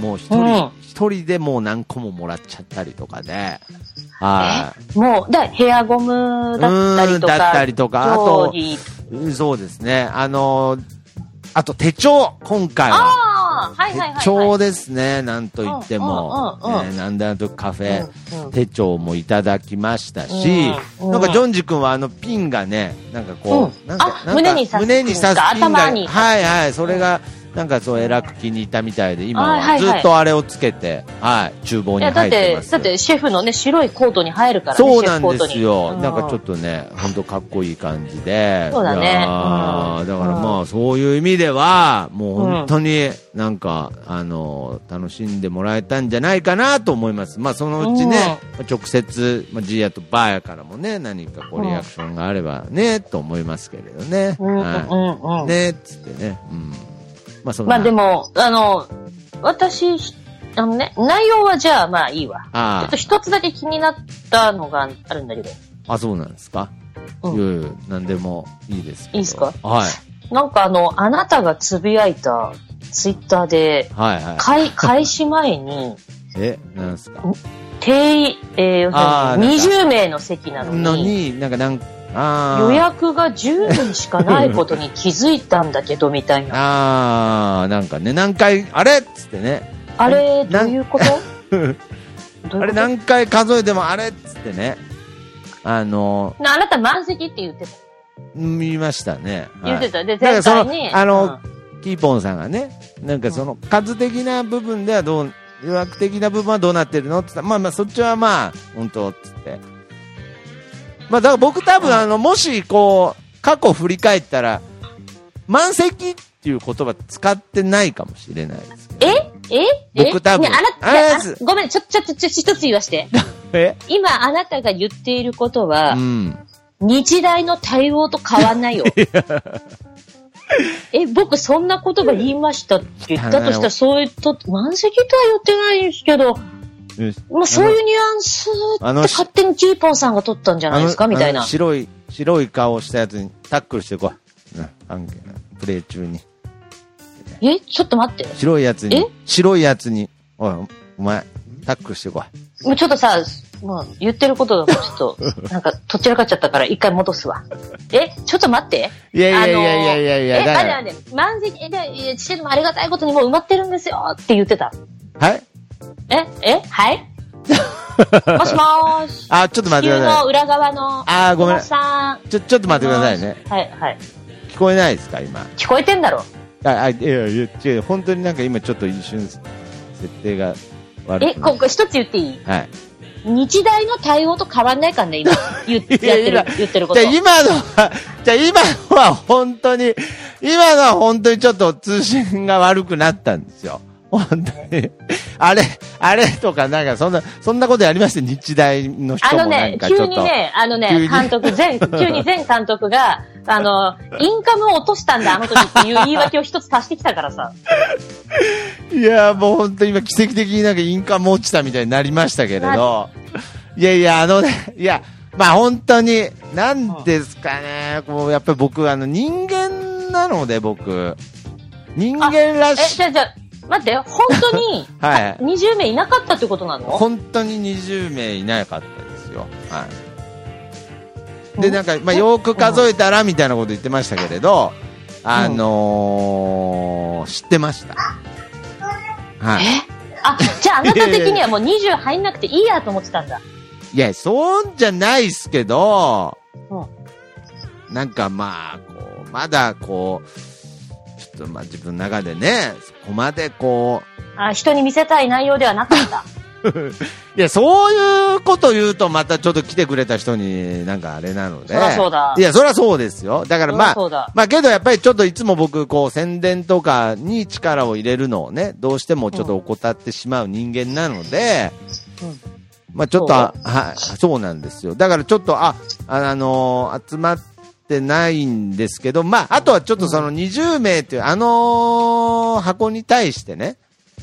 [SPEAKER 1] もう一
[SPEAKER 2] うん
[SPEAKER 1] 人、一人でもう何個ももらっちゃったりとかで。はい。
[SPEAKER 2] もう、だヘアゴムだったりと
[SPEAKER 1] う
[SPEAKER 2] か。
[SPEAKER 1] んだったりとかあと
[SPEAKER 2] 定規
[SPEAKER 1] うんそうですね。あのーあと手帳、今回は。
[SPEAKER 2] ああ、はいはいはい、はい。
[SPEAKER 1] 手帳ですね、なんといっても。
[SPEAKER 2] うんうんうんうん
[SPEAKER 1] ねなんだとカフェ、
[SPEAKER 2] うんうん
[SPEAKER 1] 手帳もいただきましたし、
[SPEAKER 2] うん
[SPEAKER 1] なんかジョンジ君はあのピンがね、なんかこう、
[SPEAKER 2] うん
[SPEAKER 1] なんか
[SPEAKER 2] あ
[SPEAKER 1] なんか
[SPEAKER 2] 胸に刺す
[SPEAKER 1] 胸に刺すピンが、
[SPEAKER 2] 頭に
[SPEAKER 1] はいはい、それが、なんかそう、えらく気に入ったみたいで、今
[SPEAKER 2] あは
[SPEAKER 1] はいず
[SPEAKER 2] はい
[SPEAKER 1] っとあれをつけて、はい、厨房
[SPEAKER 2] い
[SPEAKER 1] に
[SPEAKER 2] や、だ
[SPEAKER 1] 入
[SPEAKER 2] っ
[SPEAKER 1] って
[SPEAKER 2] て
[SPEAKER 1] ま、す。
[SPEAKER 2] だってシェフのね、白いコートに入るからね。
[SPEAKER 1] そうなんです
[SPEAKER 2] シェフコー
[SPEAKER 1] よ
[SPEAKER 2] ト。に
[SPEAKER 1] なんかちょっと
[SPEAKER 2] と。
[SPEAKER 1] ね、本当かっこいい感じで。
[SPEAKER 2] そうだね
[SPEAKER 1] いやー
[SPEAKER 2] うん
[SPEAKER 1] だからま
[SPEAKER 2] う
[SPEAKER 1] あ、そういう意味では、もう本当になんか、あの、楽しんでもらえたんじゃないかなと思います。まあ、そのうちね、まあ直接、まあ、ジーヤとバーヤからもね、何かこう
[SPEAKER 2] うん
[SPEAKER 1] リアクションがあればね、と思いますけれどね。
[SPEAKER 2] うんうん
[SPEAKER 1] は
[SPEAKER 2] うんう
[SPEAKER 1] い
[SPEAKER 2] ん。
[SPEAKER 1] ね、つってね。うん。まあ、そんな
[SPEAKER 2] まあでも、あの、私、あのね、内容はじゃあまあいいわ。ちょ
[SPEAKER 1] あ
[SPEAKER 2] っと一つだけ気になったのがあるんだけど。
[SPEAKER 1] あ、あ、そうなんですか。
[SPEAKER 2] うん
[SPEAKER 1] いやいや、なんでもいいですけど
[SPEAKER 2] いいっすか
[SPEAKER 1] はい。
[SPEAKER 2] なんかあの、あなたがつぶやいたツイッターで、
[SPEAKER 1] はいはい。
[SPEAKER 2] 開開始前に、
[SPEAKER 1] え、なんですか
[SPEAKER 2] 定員、えー
[SPEAKER 1] あーなんか
[SPEAKER 2] 20名の席なの
[SPEAKER 1] の
[SPEAKER 2] に、
[SPEAKER 1] に、なんか、なんか、あー
[SPEAKER 2] 予約が10人しかないことに気づいたんだけど、みた いな。
[SPEAKER 1] あー、なんかね、何回、あれっつってね、
[SPEAKER 2] あれ、ど
[SPEAKER 1] な
[SPEAKER 2] うんいうこと
[SPEAKER 1] あれ
[SPEAKER 2] どういうことな
[SPEAKER 1] 何回数えてもあれっつってね、あの、
[SPEAKER 2] あなた満席って言ってた。
[SPEAKER 1] 見ましたね。はい
[SPEAKER 2] 言ってた。で、
[SPEAKER 1] なん
[SPEAKER 2] 前
[SPEAKER 1] かそ
[SPEAKER 2] 回
[SPEAKER 1] の
[SPEAKER 2] に。、
[SPEAKER 1] あ
[SPEAKER 2] う
[SPEAKER 1] の
[SPEAKER 2] ん、
[SPEAKER 1] キーポンさんがね、なんかその、数的な部分ではどう、予約的な部分はどうなってるのって言ったら、まあまあ、そっちはまあ、本当っつって。まあ、だから僕多分、あの、もし、こう、過去振り返ったら、満席っていう言葉使ってないかもしれないですけど。
[SPEAKER 2] えええ
[SPEAKER 1] 僕多分
[SPEAKER 2] ねあ
[SPEAKER 1] あ
[SPEAKER 2] な
[SPEAKER 1] や
[SPEAKER 2] た
[SPEAKER 1] つ
[SPEAKER 2] あごめん、ちょ、ちょ、ちょ、ちょ、一つ言わ して。
[SPEAKER 1] え
[SPEAKER 2] 今、あなたが言っていることは
[SPEAKER 1] う、ん。
[SPEAKER 2] 日大の対応と変わん ないよ。え、僕そんな言葉言いましたって言ったとしたら、そういうと、満席とは言ってないですけど、まあそういうニュアンス
[SPEAKER 1] あ
[SPEAKER 2] っ
[SPEAKER 1] の
[SPEAKER 2] て勝手にキーポンさんが取ったんじゃないですか
[SPEAKER 1] あの
[SPEAKER 2] みたい
[SPEAKER 1] あ
[SPEAKER 2] な
[SPEAKER 1] の。白い、白い顔したやつにタックルしてこい。な、アンケプレイ中に。
[SPEAKER 2] え、ちょっと待って。
[SPEAKER 1] 白いやつに
[SPEAKER 2] え、
[SPEAKER 1] 白いやつに、おい、お前、タックルしてこ
[SPEAKER 2] もうちょっとさ、もう言ってることがち ょっと、なんか、とっちらかっちゃったから一回戻すわ。え、ちょっと待って。
[SPEAKER 1] い。いやいやいやいやいやいや、
[SPEAKER 2] あのーえ、あれあれ、満席、え、で、してもありがたいことにもう埋まってるんですよって言ってた。
[SPEAKER 1] はい
[SPEAKER 2] え、え、はい もしもーし。
[SPEAKER 1] あ、ちょっと待
[SPEAKER 2] 地
[SPEAKER 1] って
[SPEAKER 2] 球
[SPEAKER 1] くだ
[SPEAKER 2] の
[SPEAKER 1] さ
[SPEAKER 2] 裏側の。
[SPEAKER 1] あーごめん
[SPEAKER 2] おばさん。
[SPEAKER 1] い。ちょ、ちょっと待ってくださいね。。
[SPEAKER 2] はい、はい。
[SPEAKER 1] 聞こえないですか、今。
[SPEAKER 2] 聞こえてんだろ。
[SPEAKER 1] あ、あいやいや、違う、本当になんか今ちょっと一瞬、設定が悪
[SPEAKER 2] え、
[SPEAKER 1] くな
[SPEAKER 2] こ
[SPEAKER 1] っ
[SPEAKER 2] こ一つ言っていい
[SPEAKER 1] はい。
[SPEAKER 2] 日大の対応と変わんないかんね、今。 言っ
[SPEAKER 1] いや
[SPEAKER 2] やってる、言ってること。
[SPEAKER 1] じゃあ今のは、じゃあ今のは本当に、今のは本当にちょっと通信が悪くなったんですよ。本当に。あれ、あれとかなんかそんな、そんなことやりまして、日大の
[SPEAKER 2] あ
[SPEAKER 1] 人
[SPEAKER 2] の
[SPEAKER 1] もな
[SPEAKER 2] ね
[SPEAKER 1] ん、かちょっと。
[SPEAKER 2] 急にね、あの
[SPEAKER 1] 急に
[SPEAKER 2] ね、監督、 前、急に前監督が、あの、インカムを落としたんだ、あの時っていう言い訳を一つ足してきたからさ。
[SPEAKER 1] いや、もう本当に今奇跡的になんか印鑑も落ちたみたいになりましたけれど。いやいや、あのね、いや、まあ本当に、なんですかね、こう、やっぱり僕、あの、人間なので僕、人間ら
[SPEAKER 2] え、
[SPEAKER 1] し
[SPEAKER 2] じ
[SPEAKER 1] い。、
[SPEAKER 2] ゃあじゃあ待って、本当に
[SPEAKER 1] はい
[SPEAKER 2] 20名いなかったってことなの
[SPEAKER 1] 本当に20名いなかったですよ。はい。で、なんか、まあ、よく数えたら、みたいなこと言ってましたけれど、あのー、知ってました。はい。
[SPEAKER 2] あ、じゃああなた的にはもう20入んなくていいやと思ってたんだ。
[SPEAKER 1] いや、そんじゃないっすけど、
[SPEAKER 2] うん
[SPEAKER 1] なんかまあ、こう、まだこう、ちょっとまあ自分の中でね、そこまでこ
[SPEAKER 2] あ人に見せたい内容ではなかった。
[SPEAKER 1] う、いや、そういうこと言うとまたちょっと来てくれた人になんかあれなので。
[SPEAKER 2] そらそうだ
[SPEAKER 1] いや、そりゃそうですよ。だからまあ
[SPEAKER 2] そらそうだ、
[SPEAKER 1] まあけどやっぱりちょっといつも僕、こう宣伝とかに力を入れるのをね、どうしてもちょっと怠ってしまう人間なので、
[SPEAKER 2] うん
[SPEAKER 1] まあちょっと、あはい、そうなんですよ。だからちょっと、あ、ああのー集まってないんですけど、まあ、あとはちょっとその20名っていう、あのー箱に対してね、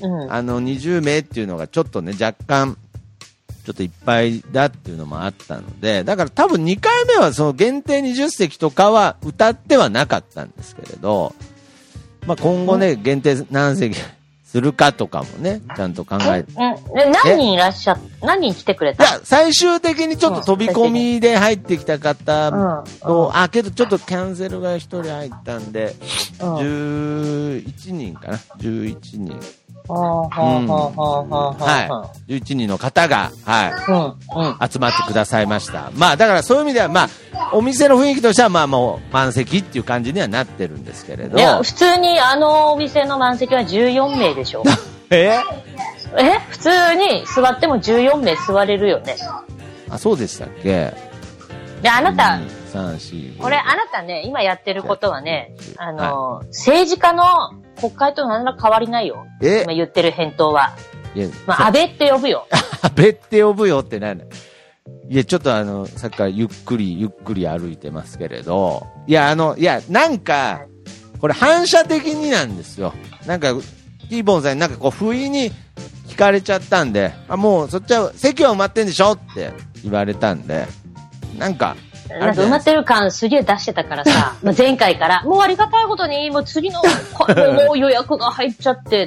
[SPEAKER 2] うん。
[SPEAKER 1] あの20名っていうのがちょっとね、若干、ちょっといっぱいだっていうのもあったので、だから多分2回目はその限定20席とかは歌ってはなかったんですけれど、まあ今後ね、限定何席するかとかもね、ちゃんと考えて。
[SPEAKER 2] うん、で何人いらっしゃっ、何人来てくれ
[SPEAKER 1] い
[SPEAKER 2] た
[SPEAKER 1] や、最終的にちょっと飛び込みで入ってきた
[SPEAKER 2] う
[SPEAKER 1] 方
[SPEAKER 2] ん。
[SPEAKER 1] と、あ、けどちょっとキャンセルが1人入ったんで、
[SPEAKER 2] うん。
[SPEAKER 1] 11人かな ?11 人。
[SPEAKER 2] ほうほうほうほうほうほう。
[SPEAKER 1] はい。11人の方が、はい。
[SPEAKER 2] うん。うん。
[SPEAKER 1] 集まってくださいました。まあだからそういう意味では、まあ、お店の雰囲気としては、まあもう満席っていう感じにはなってるんですけれど
[SPEAKER 2] い。や、普通にあのお店の満席は14名でしょ。
[SPEAKER 1] え
[SPEAKER 2] え普通に座っても14名座れるよね。
[SPEAKER 1] あ、そうでしたっけ
[SPEAKER 2] で、あなた
[SPEAKER 1] うん、三四五
[SPEAKER 2] これあなたね、今やってることはね、あの、政治家の国会と何ら変わりないよ。
[SPEAKER 1] え
[SPEAKER 2] 今言ってる返答は。
[SPEAKER 1] いや、
[SPEAKER 2] まあ、安倍って呼ぶよ。
[SPEAKER 1] 安倍って呼ぶよってなんだいや、ちょっとあの、さっきからゆっくりゆっくり歩いてますけれど、いや、あの、いや、なんか、これ反射的になんですよ。なんか、キーボンさんになんかこう、不意に聞かれちゃったんで、あ、もうそっちは、席は埋まってんでしょって言われたんで、なんか、
[SPEAKER 2] なんか埋まってる感すげえ出してたか らさ、まあ前回から、もうありがたいことに、もう次の、こもう予約が入っちゃって、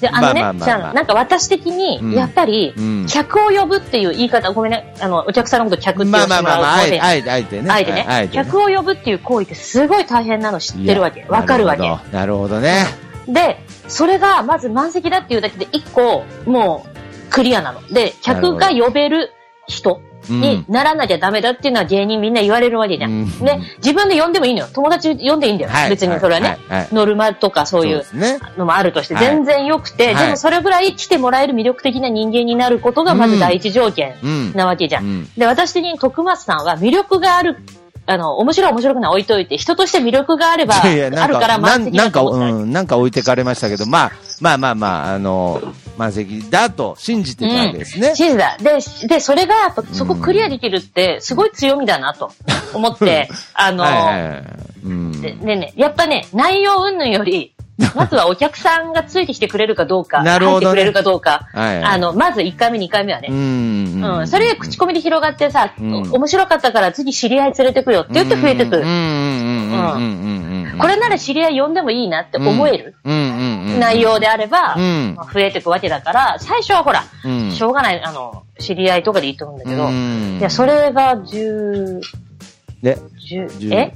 [SPEAKER 2] で、あのね、
[SPEAKER 1] まあまあまあまあ
[SPEAKER 2] じゃあ、なんか私的に
[SPEAKER 1] うん、
[SPEAKER 2] やっぱり
[SPEAKER 1] うん、
[SPEAKER 2] 客を呼ぶっていう言い方、ごめんね、あの、お客さんのこと客って言
[SPEAKER 1] ま
[SPEAKER 2] わ
[SPEAKER 1] あ
[SPEAKER 2] せて
[SPEAKER 1] まあ
[SPEAKER 2] も
[SPEAKER 1] まあ、まあ、あ
[SPEAKER 2] らうの
[SPEAKER 1] え
[SPEAKER 2] で
[SPEAKER 1] て、あえて、あえてね。
[SPEAKER 2] あえてね、
[SPEAKER 1] はいあえてね
[SPEAKER 2] 客を呼ぶっていう行為ってすごい大変なの知ってるわけ。わかるわけ。。
[SPEAKER 1] なるほどなるほ
[SPEAKER 2] で、それがまず満席だっていうだけで一個、もう、クリアなの。で、客が呼べる人。にならなきゃダメだっていうのは芸人みんな言われるわけじゃ。
[SPEAKER 1] うんん
[SPEAKER 2] ね、自分で呼んでもいいのよ。友達呼んでいいんだよ。
[SPEAKER 1] はい
[SPEAKER 2] 別にそれはね、
[SPEAKER 1] はいはいはい
[SPEAKER 2] ノルマとかそうい
[SPEAKER 1] そう
[SPEAKER 2] う
[SPEAKER 1] ですね
[SPEAKER 2] のもあるとして、
[SPEAKER 1] はい
[SPEAKER 2] 全然良くて、
[SPEAKER 1] はい
[SPEAKER 2] でもそれぐらい来てもらえる魅力的な人間になることがまず第一条件
[SPEAKER 1] うん
[SPEAKER 2] なわけじゃん。
[SPEAKER 1] うん
[SPEAKER 2] で、私的に徳松さんは魅力がある、あの、面白い面白くない置いといて、人として魅力があれば、
[SPEAKER 1] いやいや、な
[SPEAKER 2] あ
[SPEAKER 1] ん
[SPEAKER 2] るから
[SPEAKER 1] か、な
[SPEAKER 2] 満
[SPEAKER 1] ん
[SPEAKER 2] 席
[SPEAKER 1] なん
[SPEAKER 2] だ
[SPEAKER 1] か、
[SPEAKER 2] と思った。
[SPEAKER 1] うん、なんか置いてかれましたけど、まあ、まあまあまあ、あの、満席だと信じてたわけですね。
[SPEAKER 2] チーズだ。で、で、それが、やっぱそこクリアできるって、すごい強みだなと 思って、あの、
[SPEAKER 1] はいはいはい。うん。
[SPEAKER 2] でねね、やっぱね、内容云々よ り、まずはお客さんがついてきてくれるかどうか、
[SPEAKER 1] なるほどね
[SPEAKER 2] 入ってくれるかどうか、
[SPEAKER 1] はいはい
[SPEAKER 2] あの、まず1回目、2回目は
[SPEAKER 1] う
[SPEAKER 2] ね。
[SPEAKER 1] ん。
[SPEAKER 2] うん、それで口コミで広がってさ、
[SPEAKER 1] ん
[SPEAKER 2] 面白かったから次知り合い連れてくよって言って増えて
[SPEAKER 1] う
[SPEAKER 2] く
[SPEAKER 1] んうんうんうんうんう
[SPEAKER 2] る。
[SPEAKER 1] んうん。
[SPEAKER 2] これなら知り合い呼んでもいいなって思える
[SPEAKER 1] うんうんうん。
[SPEAKER 2] 内容であれば、
[SPEAKER 1] うん
[SPEAKER 2] まあ増えてくわけだから、最初はほら、
[SPEAKER 1] うん
[SPEAKER 2] しょうがない、あの、知り合いとかでいいと思うんだけど、
[SPEAKER 1] うん
[SPEAKER 2] いや、それが10、
[SPEAKER 1] で、
[SPEAKER 2] 10、
[SPEAKER 1] 10
[SPEAKER 2] え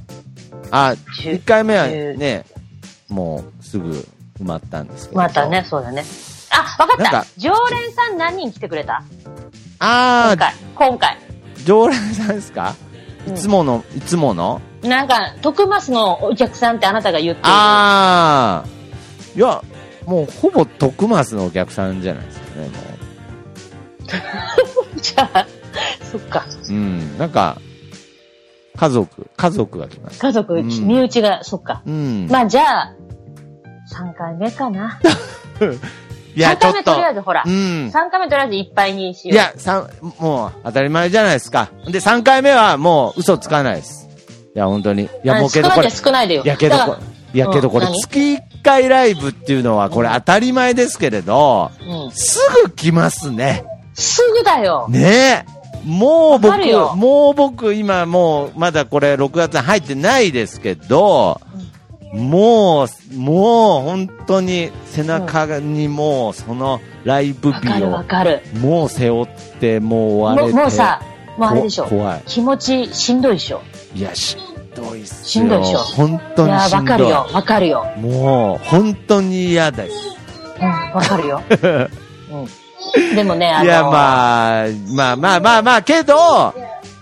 [SPEAKER 1] あ、
[SPEAKER 2] 十
[SPEAKER 1] 1回目はね、もうすぐ埋まったんですけど。
[SPEAKER 2] またね、そうだね。あ、わかっ
[SPEAKER 1] なん
[SPEAKER 2] た
[SPEAKER 1] か
[SPEAKER 2] 常連さん何人来てくれた
[SPEAKER 1] あ
[SPEAKER 2] 今
[SPEAKER 1] あ、
[SPEAKER 2] 回。今回。
[SPEAKER 1] 常連さんですかい
[SPEAKER 2] うん
[SPEAKER 1] つもの、いつもの
[SPEAKER 2] なんか、徳マスのお客さんってあなたが言っている。
[SPEAKER 1] ああ、いや、もうほぼ徳松のお客さんじゃないですかね、も
[SPEAKER 2] じゃあ、そっか。
[SPEAKER 1] う。うん、なんか、家族、家族が来ます。
[SPEAKER 2] 家族、
[SPEAKER 1] うん
[SPEAKER 2] 身内が、そっか。
[SPEAKER 1] うん。
[SPEAKER 2] まあ、じゃあ、3回目かな。
[SPEAKER 1] いや、ち
[SPEAKER 2] 3
[SPEAKER 1] ょ
[SPEAKER 2] 回
[SPEAKER 1] っ
[SPEAKER 2] 目
[SPEAKER 1] と
[SPEAKER 2] とりあえずほら。
[SPEAKER 1] うん。
[SPEAKER 2] 3回目とりあえずいっぱいにし
[SPEAKER 1] い
[SPEAKER 2] よ。
[SPEAKER 1] うや、三、もう当たり前じゃないですか。で、3回目はもう嘘つかないです。いや、本当に。いや、
[SPEAKER 2] あ
[SPEAKER 1] もうけどこれ、
[SPEAKER 2] 少ないで少ないでよ。
[SPEAKER 1] いやけど
[SPEAKER 2] だ
[SPEAKER 1] こ
[SPEAKER 2] か、
[SPEAKER 1] いやけどこれ
[SPEAKER 2] うん何
[SPEAKER 1] 月1回ライブっていうのはこれ当たり前ですけれど、
[SPEAKER 2] らうん。
[SPEAKER 1] すぐ来ますね。
[SPEAKER 2] すぐだよ。
[SPEAKER 1] ねえ。もう
[SPEAKER 2] わ
[SPEAKER 1] 僕
[SPEAKER 2] かるよ、
[SPEAKER 1] もう僕今もうまだこれ6月に入ってないですけど、もう、もう本当に背中にもうそのライブ
[SPEAKER 2] わか
[SPEAKER 1] 日
[SPEAKER 2] る
[SPEAKER 1] を
[SPEAKER 2] わかる。
[SPEAKER 1] もう背負って、もう
[SPEAKER 2] も
[SPEAKER 1] 終われ
[SPEAKER 2] う
[SPEAKER 1] て。
[SPEAKER 2] もうさ、もうあれでしょ
[SPEAKER 1] こ。怖い。
[SPEAKER 2] 気持ちしんどいでしょ。
[SPEAKER 1] いや、しんどいっすよ。
[SPEAKER 2] しんどいでしょ
[SPEAKER 1] 本
[SPEAKER 2] い
[SPEAKER 1] 当に
[SPEAKER 2] や、
[SPEAKER 1] し
[SPEAKER 2] わ
[SPEAKER 1] んどい。
[SPEAKER 2] かるよ。わかるよ。
[SPEAKER 1] もう、本当に嫌です。
[SPEAKER 2] うん、わ かるよ。うん。でもね、あの、
[SPEAKER 1] いや、まあ、まあまあまあまあ、けど、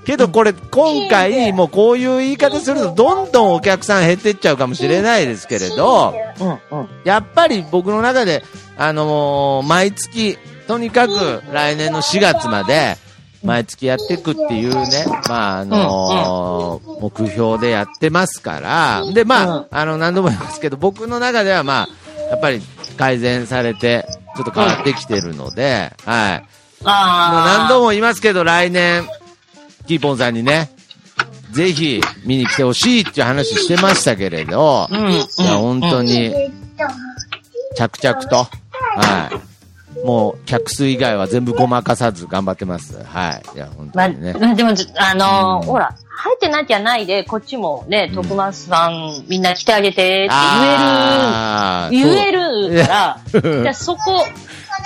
[SPEAKER 1] けどこれ、今回、もうこういう言い方すると、どんどんお客さん減ってっちゃうかもしれないですけれど、
[SPEAKER 2] うん、うん。
[SPEAKER 1] やっぱり僕の中で、あのー毎月、とにかく来年の4月まで、毎月やっていくっていうね、まあ、あのー目標でやってますから、で、まあ、
[SPEAKER 2] うん
[SPEAKER 1] あの、何度も言いますけど、僕の中ではまあ、やっぱり改善されて、ちょっと変わってきてるので、はい。もう
[SPEAKER 2] ああ。
[SPEAKER 1] 何度も言いますけど、来年、キーポンさんにね、ぜひ見に来てほしいっていう話してましたけれど、
[SPEAKER 2] うん、うん。
[SPEAKER 1] いや、本当に、着々と、はい。もう、客数以外は全部ごまかさず頑張ってます。はい。いや、本
[SPEAKER 2] ま
[SPEAKER 1] 当
[SPEAKER 2] あ、
[SPEAKER 1] にね。
[SPEAKER 2] まあでもじ、あのー
[SPEAKER 1] うん
[SPEAKER 2] ほら、入ってなきゃないで、こっちもね、徳松さん、みんな来てあげてっ
[SPEAKER 1] あ
[SPEAKER 2] て言
[SPEAKER 1] ー
[SPEAKER 2] える、言えるか
[SPEAKER 1] そう
[SPEAKER 2] ら、
[SPEAKER 1] い
[SPEAKER 2] じゃ
[SPEAKER 1] や
[SPEAKER 2] あそこ、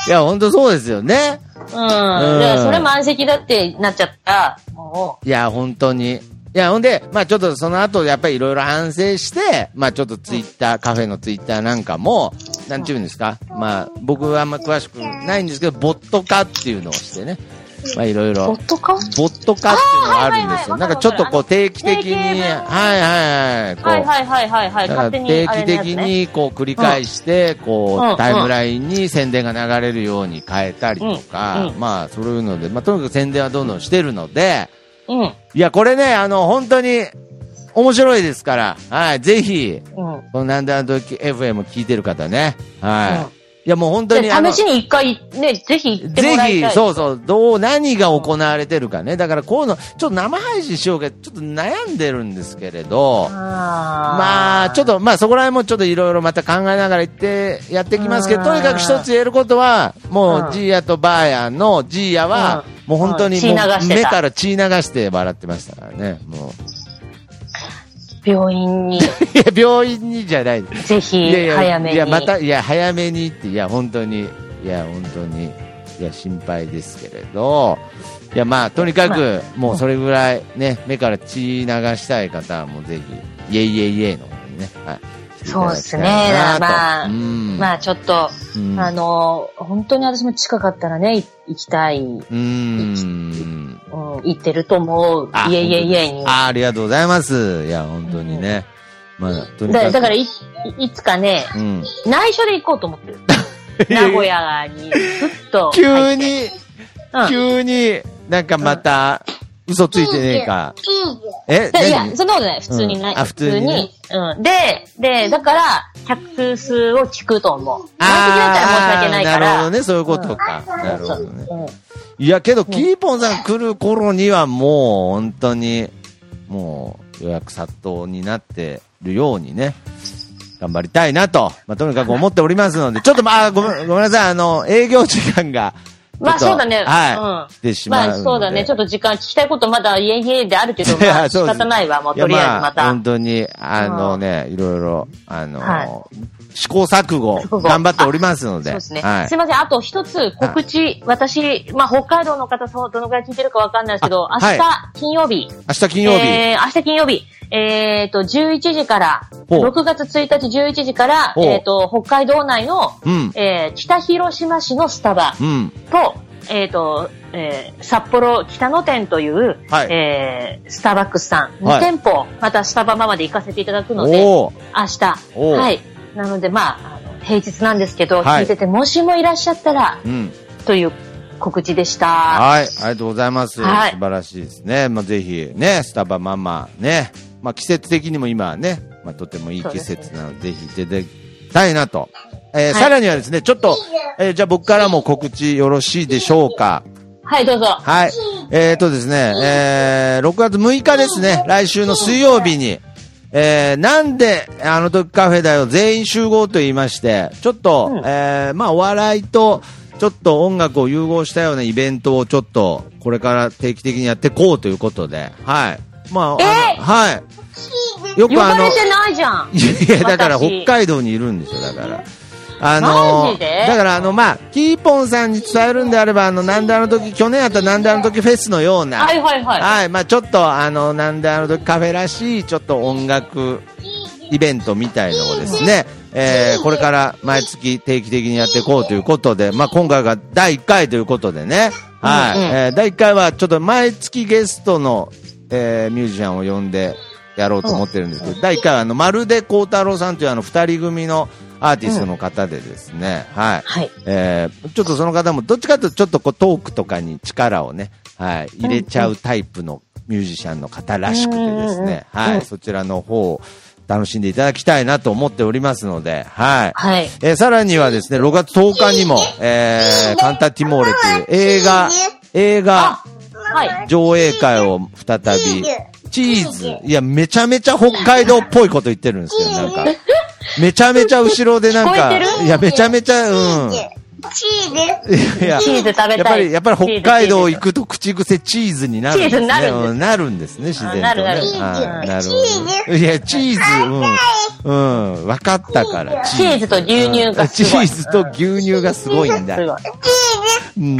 [SPEAKER 1] いや、本当そうですよね。
[SPEAKER 2] うん、じゃあそれ満席だってなっちゃったら、も、
[SPEAKER 1] いや、本当に。いや、ほんで、まあちょっとその後、やっぱりいろいろ反省して、まあちょっとツイッター、カフェのツイッターなんかも、なんちゅうんですかまあ僕はあんま詳しくないんですけど、ボット化っていうのをしてね。まあいろいうろ
[SPEAKER 2] 夫。か
[SPEAKER 1] ボット化っていうのがあるんですよ。
[SPEAKER 2] あーはいはいはい
[SPEAKER 1] なんかちょっとこう定期的に、
[SPEAKER 2] 定
[SPEAKER 1] はいはいはい、
[SPEAKER 2] 型文
[SPEAKER 1] こう、
[SPEAKER 2] はいはいはいはいはい、
[SPEAKER 1] だから
[SPEAKER 2] 勝手に
[SPEAKER 1] 定
[SPEAKER 2] あ
[SPEAKER 1] 期
[SPEAKER 2] れのや
[SPEAKER 1] 的
[SPEAKER 2] つね。
[SPEAKER 1] にこう繰り返して、
[SPEAKER 2] うん
[SPEAKER 1] こ
[SPEAKER 2] うん
[SPEAKER 1] う、タイムラインに宣伝が流れるように変えたりと
[SPEAKER 2] うん
[SPEAKER 1] か
[SPEAKER 2] う、
[SPEAKER 1] まあそういうので、まあとにかく宣伝はどんどんしてるので、
[SPEAKER 2] うん、
[SPEAKER 1] いや、これね、あの、本当に面白いですから、はい、ぜひ、
[SPEAKER 2] うん。
[SPEAKER 1] このなんであの時 FM 聞いてる方ね、
[SPEAKER 2] うん
[SPEAKER 1] はい。いや、もう本当に
[SPEAKER 2] で
[SPEAKER 1] あの、
[SPEAKER 2] 試しに一回、ね、ぜひ行っても
[SPEAKER 1] ぜ
[SPEAKER 2] らいた
[SPEAKER 1] ひ、
[SPEAKER 2] い。
[SPEAKER 1] そうそう、どう、何が行われてるかね。だから、こういうの、ちょっと生配信しようか、ちょっと悩んでるんですけれど、ま
[SPEAKER 2] ま
[SPEAKER 1] あ、ちょっと、まあ、そこら辺もちょっといろいろまた考えながら行って、やっていきますけど、
[SPEAKER 2] うん
[SPEAKER 1] とにかく一つ言えることは、も
[SPEAKER 2] うん
[SPEAKER 1] う、ジーヤとバーヤのジーヤは
[SPEAKER 2] うん、
[SPEAKER 1] もう本当
[SPEAKER 2] う
[SPEAKER 1] に
[SPEAKER 2] ん血
[SPEAKER 1] もう
[SPEAKER 2] 流してた
[SPEAKER 1] 目から血流して笑ってましたからね、もう。
[SPEAKER 2] 病 院に、
[SPEAKER 1] いや、病院にじゃないです。
[SPEAKER 2] ぜひ、
[SPEAKER 1] いやいや、
[SPEAKER 2] 早めに。
[SPEAKER 1] いや、また、いや、早めにって、いや、本当に、いや、本当に、いや、心配ですけれど、いや、まあ、とにかく、もうそれぐらい、ね、目から血流したい方は、もうぜひ、イェイイェイイェイの方にね、はい。
[SPEAKER 2] そうですね
[SPEAKER 1] 来ていただきたいなと
[SPEAKER 2] まあ
[SPEAKER 1] うん、
[SPEAKER 2] まあちょっと、
[SPEAKER 1] うん
[SPEAKER 2] あの、本当に私も近かったらね、い行きたい。
[SPEAKER 1] うん、
[SPEAKER 2] うんうん、行ってると思う。
[SPEAKER 1] あ
[SPEAKER 2] いえいえいえに。
[SPEAKER 1] あありがとうございます。いや、本当にね。まあ、とにか
[SPEAKER 2] だ
[SPEAKER 1] く。
[SPEAKER 2] だからい、いつかね、
[SPEAKER 1] うん。
[SPEAKER 2] 内緒で行こうと思ってる。名古屋に、ふっと。
[SPEAKER 1] 急に、
[SPEAKER 2] うん
[SPEAKER 1] 急に、なんかまた、嘘ついてねえか。
[SPEAKER 3] チーズ。
[SPEAKER 1] え
[SPEAKER 2] でい
[SPEAKER 1] 何
[SPEAKER 2] や、そんなことない。普通にない。
[SPEAKER 1] うんあ普通にね
[SPEAKER 2] うん。で、で、だから、客数を聞くと思う。
[SPEAKER 1] あ
[SPEAKER 2] 満席だったら申し訳ないか
[SPEAKER 1] ーなるほど
[SPEAKER 2] ら。
[SPEAKER 1] ね、そういうことか。なるほどね。
[SPEAKER 2] うん
[SPEAKER 1] いや、けど、キーポンさん来る頃にはもう、本当に、もう、予約殺到になってるようにね、頑張りたいなと、まあ、とにかく思っておりますので、ちょっとまあ、ごめん、ごめんなさい、あの、営業時間が、ちょっと
[SPEAKER 2] まあそうだね。
[SPEAKER 1] はい。
[SPEAKER 2] うん
[SPEAKER 1] 来てしまう
[SPEAKER 2] ま
[SPEAKER 1] の
[SPEAKER 2] あ
[SPEAKER 1] で。
[SPEAKER 2] そうだね。ちょっと時間聞きたいことまだ家々であるけ
[SPEAKER 1] い
[SPEAKER 2] ど、まあ
[SPEAKER 1] や
[SPEAKER 2] 仕
[SPEAKER 1] そうです
[SPEAKER 2] 方ないわ。もう
[SPEAKER 1] いや
[SPEAKER 2] とりあえずま
[SPEAKER 1] あ
[SPEAKER 2] た。
[SPEAKER 1] 本当に、あのね、いろいろ、あの、
[SPEAKER 2] はい
[SPEAKER 1] 試行錯誤、
[SPEAKER 2] 錯誤
[SPEAKER 1] 頑張っておりますので。
[SPEAKER 2] そうですね。
[SPEAKER 1] はい
[SPEAKER 2] すいません。あと一つ告知。私、まあ北海道の方、そうどのくらい聞いてるかわかんないですけど、
[SPEAKER 1] あ
[SPEAKER 2] 明
[SPEAKER 1] はい
[SPEAKER 2] 日金曜日。
[SPEAKER 1] 明日金曜日。
[SPEAKER 2] えー明日金曜日。えっ、と、11時から、
[SPEAKER 1] ほう
[SPEAKER 2] 6月1日11時から、
[SPEAKER 1] ほう
[SPEAKER 2] えっ、と、北海道内の、
[SPEAKER 1] うん
[SPEAKER 2] えー北広島市のスタバ
[SPEAKER 1] うん。
[SPEAKER 2] と、えっ、と、えー札幌北野店という、
[SPEAKER 1] はい
[SPEAKER 2] えースターバックスさん、
[SPEAKER 1] はい
[SPEAKER 2] 2店舗、またスタバママで行かせていただくので、明
[SPEAKER 1] おお
[SPEAKER 2] 日。
[SPEAKER 1] おう
[SPEAKER 2] はい。なので、まあ、あの平日なんですけど、
[SPEAKER 1] はい
[SPEAKER 2] 聞いてて、もしもいらっしゃったら、
[SPEAKER 1] うん。
[SPEAKER 2] という告知でした。
[SPEAKER 1] はい、ありがとうございます。
[SPEAKER 2] はい
[SPEAKER 1] 素晴らしいですね。まあ、ぜひ、ね、スタバママ、ね、まあ、季節的にも今はね、まあ、とてもいい季節なので、ぜひいただきたいなと。えー
[SPEAKER 2] い
[SPEAKER 1] さらにはですね、ちょっと、えーじゃあ僕からも告知よろしいでしょうか。
[SPEAKER 2] はい、どうぞ。
[SPEAKER 1] はい。えっ、ー、とですね、えー、6月6日ですね、来週の水曜日に、えー、なんで、あの時カフェだよ、全員集合と言いまして、ちょっと、
[SPEAKER 2] うん
[SPEAKER 1] えー、まあ、お笑いと、ちょっと音楽を融合したようなイベントをちょっと、これから定期的にやっていこうということで、はい。まあ、あのはい。よ
[SPEAKER 2] 呼
[SPEAKER 1] くあ
[SPEAKER 2] ば
[SPEAKER 1] の
[SPEAKER 2] れ、てないじゃん。
[SPEAKER 1] いや、だから
[SPEAKER 2] 私
[SPEAKER 1] 北海道にいるんでしょ、だから。あの
[SPEAKER 2] マジで
[SPEAKER 1] だからあの、まあ、キーポンさんに伝えるんであれば、あの、なんであの時、去年あったなんであの時フェスのような、
[SPEAKER 2] はいはいはい。
[SPEAKER 1] はい、まあ、ちょっと、あの、なんであの時カフェらしい、ちょっと音楽イベントみたいのをですね、えー、これから毎月定期的にやっていこうということで、まあ、今回が第1回ということでね、はい、
[SPEAKER 2] うんうん
[SPEAKER 1] えー第1回はちょっと毎月ゲストの、えーミュージシャンを呼んでやろうと思ってるんですけど、第1回はあの、まるで孝太郎さんというあの、二人組のアーティストの方でですね、はい、
[SPEAKER 2] はい
[SPEAKER 1] えーちょっとその方もどっちかというとちょっとこうトークとかに力をね、はい、入れちゃうタイプのミュージシャンの方らしくてですね、はい、そちらの方を楽しんでいただきたいなと思っておりますので、はい。
[SPEAKER 2] はい。
[SPEAKER 1] えーさらにはですね、6月10日にも、えーカンタティモーレという映画、映画
[SPEAKER 2] あ、はい。
[SPEAKER 1] 上映会を再び、チーズ。いや、めちゃめちゃ北海道っぽいこと言ってるんですよ、なんか。めちゃめちゃ後ろでなん
[SPEAKER 2] 聞こ
[SPEAKER 1] か、
[SPEAKER 2] えてる
[SPEAKER 1] いや、めちゃめちゃ、うん。
[SPEAKER 3] チーズ。
[SPEAKER 1] いや
[SPEAKER 2] チーズ食べた
[SPEAKER 1] や
[SPEAKER 2] い
[SPEAKER 1] っぱり、やっぱり
[SPEAKER 2] チー
[SPEAKER 1] 北
[SPEAKER 2] ズ
[SPEAKER 1] 海道行くと口癖チーズになるんですね。
[SPEAKER 2] チーズになるんです
[SPEAKER 1] うんなるんですね、自然とね。
[SPEAKER 2] あなるなる
[SPEAKER 1] あなる
[SPEAKER 3] チーズ
[SPEAKER 1] ほど。いや、チーズ、うん。うん、分かったから。
[SPEAKER 2] チーズと牛乳がすごい。
[SPEAKER 1] チーズと牛乳がすごいんだ。
[SPEAKER 2] すごい。
[SPEAKER 3] チーズ。
[SPEAKER 1] うん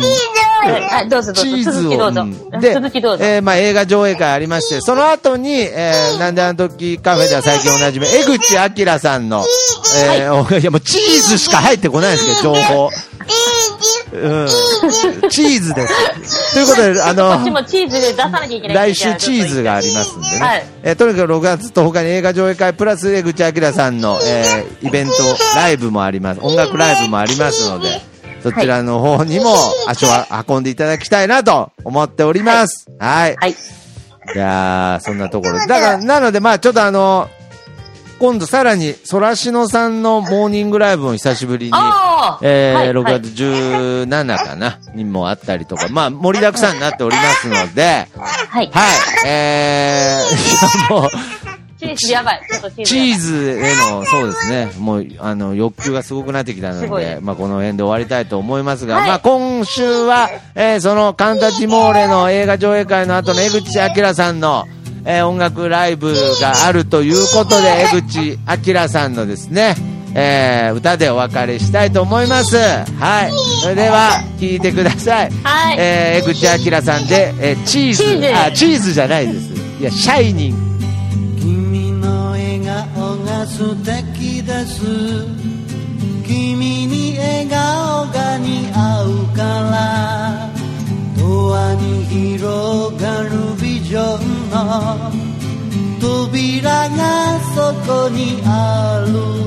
[SPEAKER 2] あ、どうぞど
[SPEAKER 1] チ
[SPEAKER 2] う
[SPEAKER 1] ー
[SPEAKER 2] ぞ。
[SPEAKER 1] ズ
[SPEAKER 2] 続
[SPEAKER 1] を。
[SPEAKER 2] きどうぞ。
[SPEAKER 1] うん
[SPEAKER 2] 続きどうぞ。
[SPEAKER 1] えーまあ映画上映会ありまして、その後に、えーなんであの時カフェでは最近おなじみ、江口明さんの、えーおいやもうチーズしか入ってこないんですけど、情報。
[SPEAKER 3] チーズ。
[SPEAKER 1] うん。チーズです。ということで、あ
[SPEAKER 2] こっち
[SPEAKER 1] の、
[SPEAKER 2] もチーズで出さなきゃいけない。
[SPEAKER 1] 来週チーズがありますんでね。
[SPEAKER 2] はい
[SPEAKER 1] えーとにかく6月10日に映画上映会、プラス江口明さんの、えーイベント、ライブもあります。音楽ライブもありますので、そちらの方にも足を運んでいただきたいなと思っております。はい。
[SPEAKER 2] はい。
[SPEAKER 1] いやー、そんなところで。だから、なので、まあ、ちょっとあの、今度さらに、ソラシノさんのモーニングライブも久しぶりに、
[SPEAKER 2] あー
[SPEAKER 1] えー
[SPEAKER 2] はい
[SPEAKER 1] 6
[SPEAKER 2] はい
[SPEAKER 1] 月17かな、にもあったりとか、まあ、盛りだくさんになっておりますので、
[SPEAKER 2] はい。
[SPEAKER 1] はい、え ー、いやも
[SPEAKER 2] チーズやばい。ちょっとチー
[SPEAKER 1] う、
[SPEAKER 2] ズ。
[SPEAKER 1] チーズへの、そうですね、もう、あの、欲求がすごくなってきた
[SPEAKER 2] す
[SPEAKER 1] の
[SPEAKER 2] ごい
[SPEAKER 1] で
[SPEAKER 2] で、
[SPEAKER 1] まあ、この辺で終わりたいと思いますが、
[SPEAKER 2] はい
[SPEAKER 1] まあ、今週は、えーその、カンタチモーレの映画上映会の後の江口明さんの、えー音楽ライブがあるということで、江口明さんのですね、えー歌でお別れしたいと思います。はい。それでは、聴いてください。
[SPEAKER 2] はい
[SPEAKER 1] えー江口明さんで、えーチーズ。
[SPEAKER 2] チーズ
[SPEAKER 1] あ、チーズじゃないです。いや、シャイニング。
[SPEAKER 4] 君の笑顔が素敵です君に笑顔が似合うからドアに広が扉がそこにある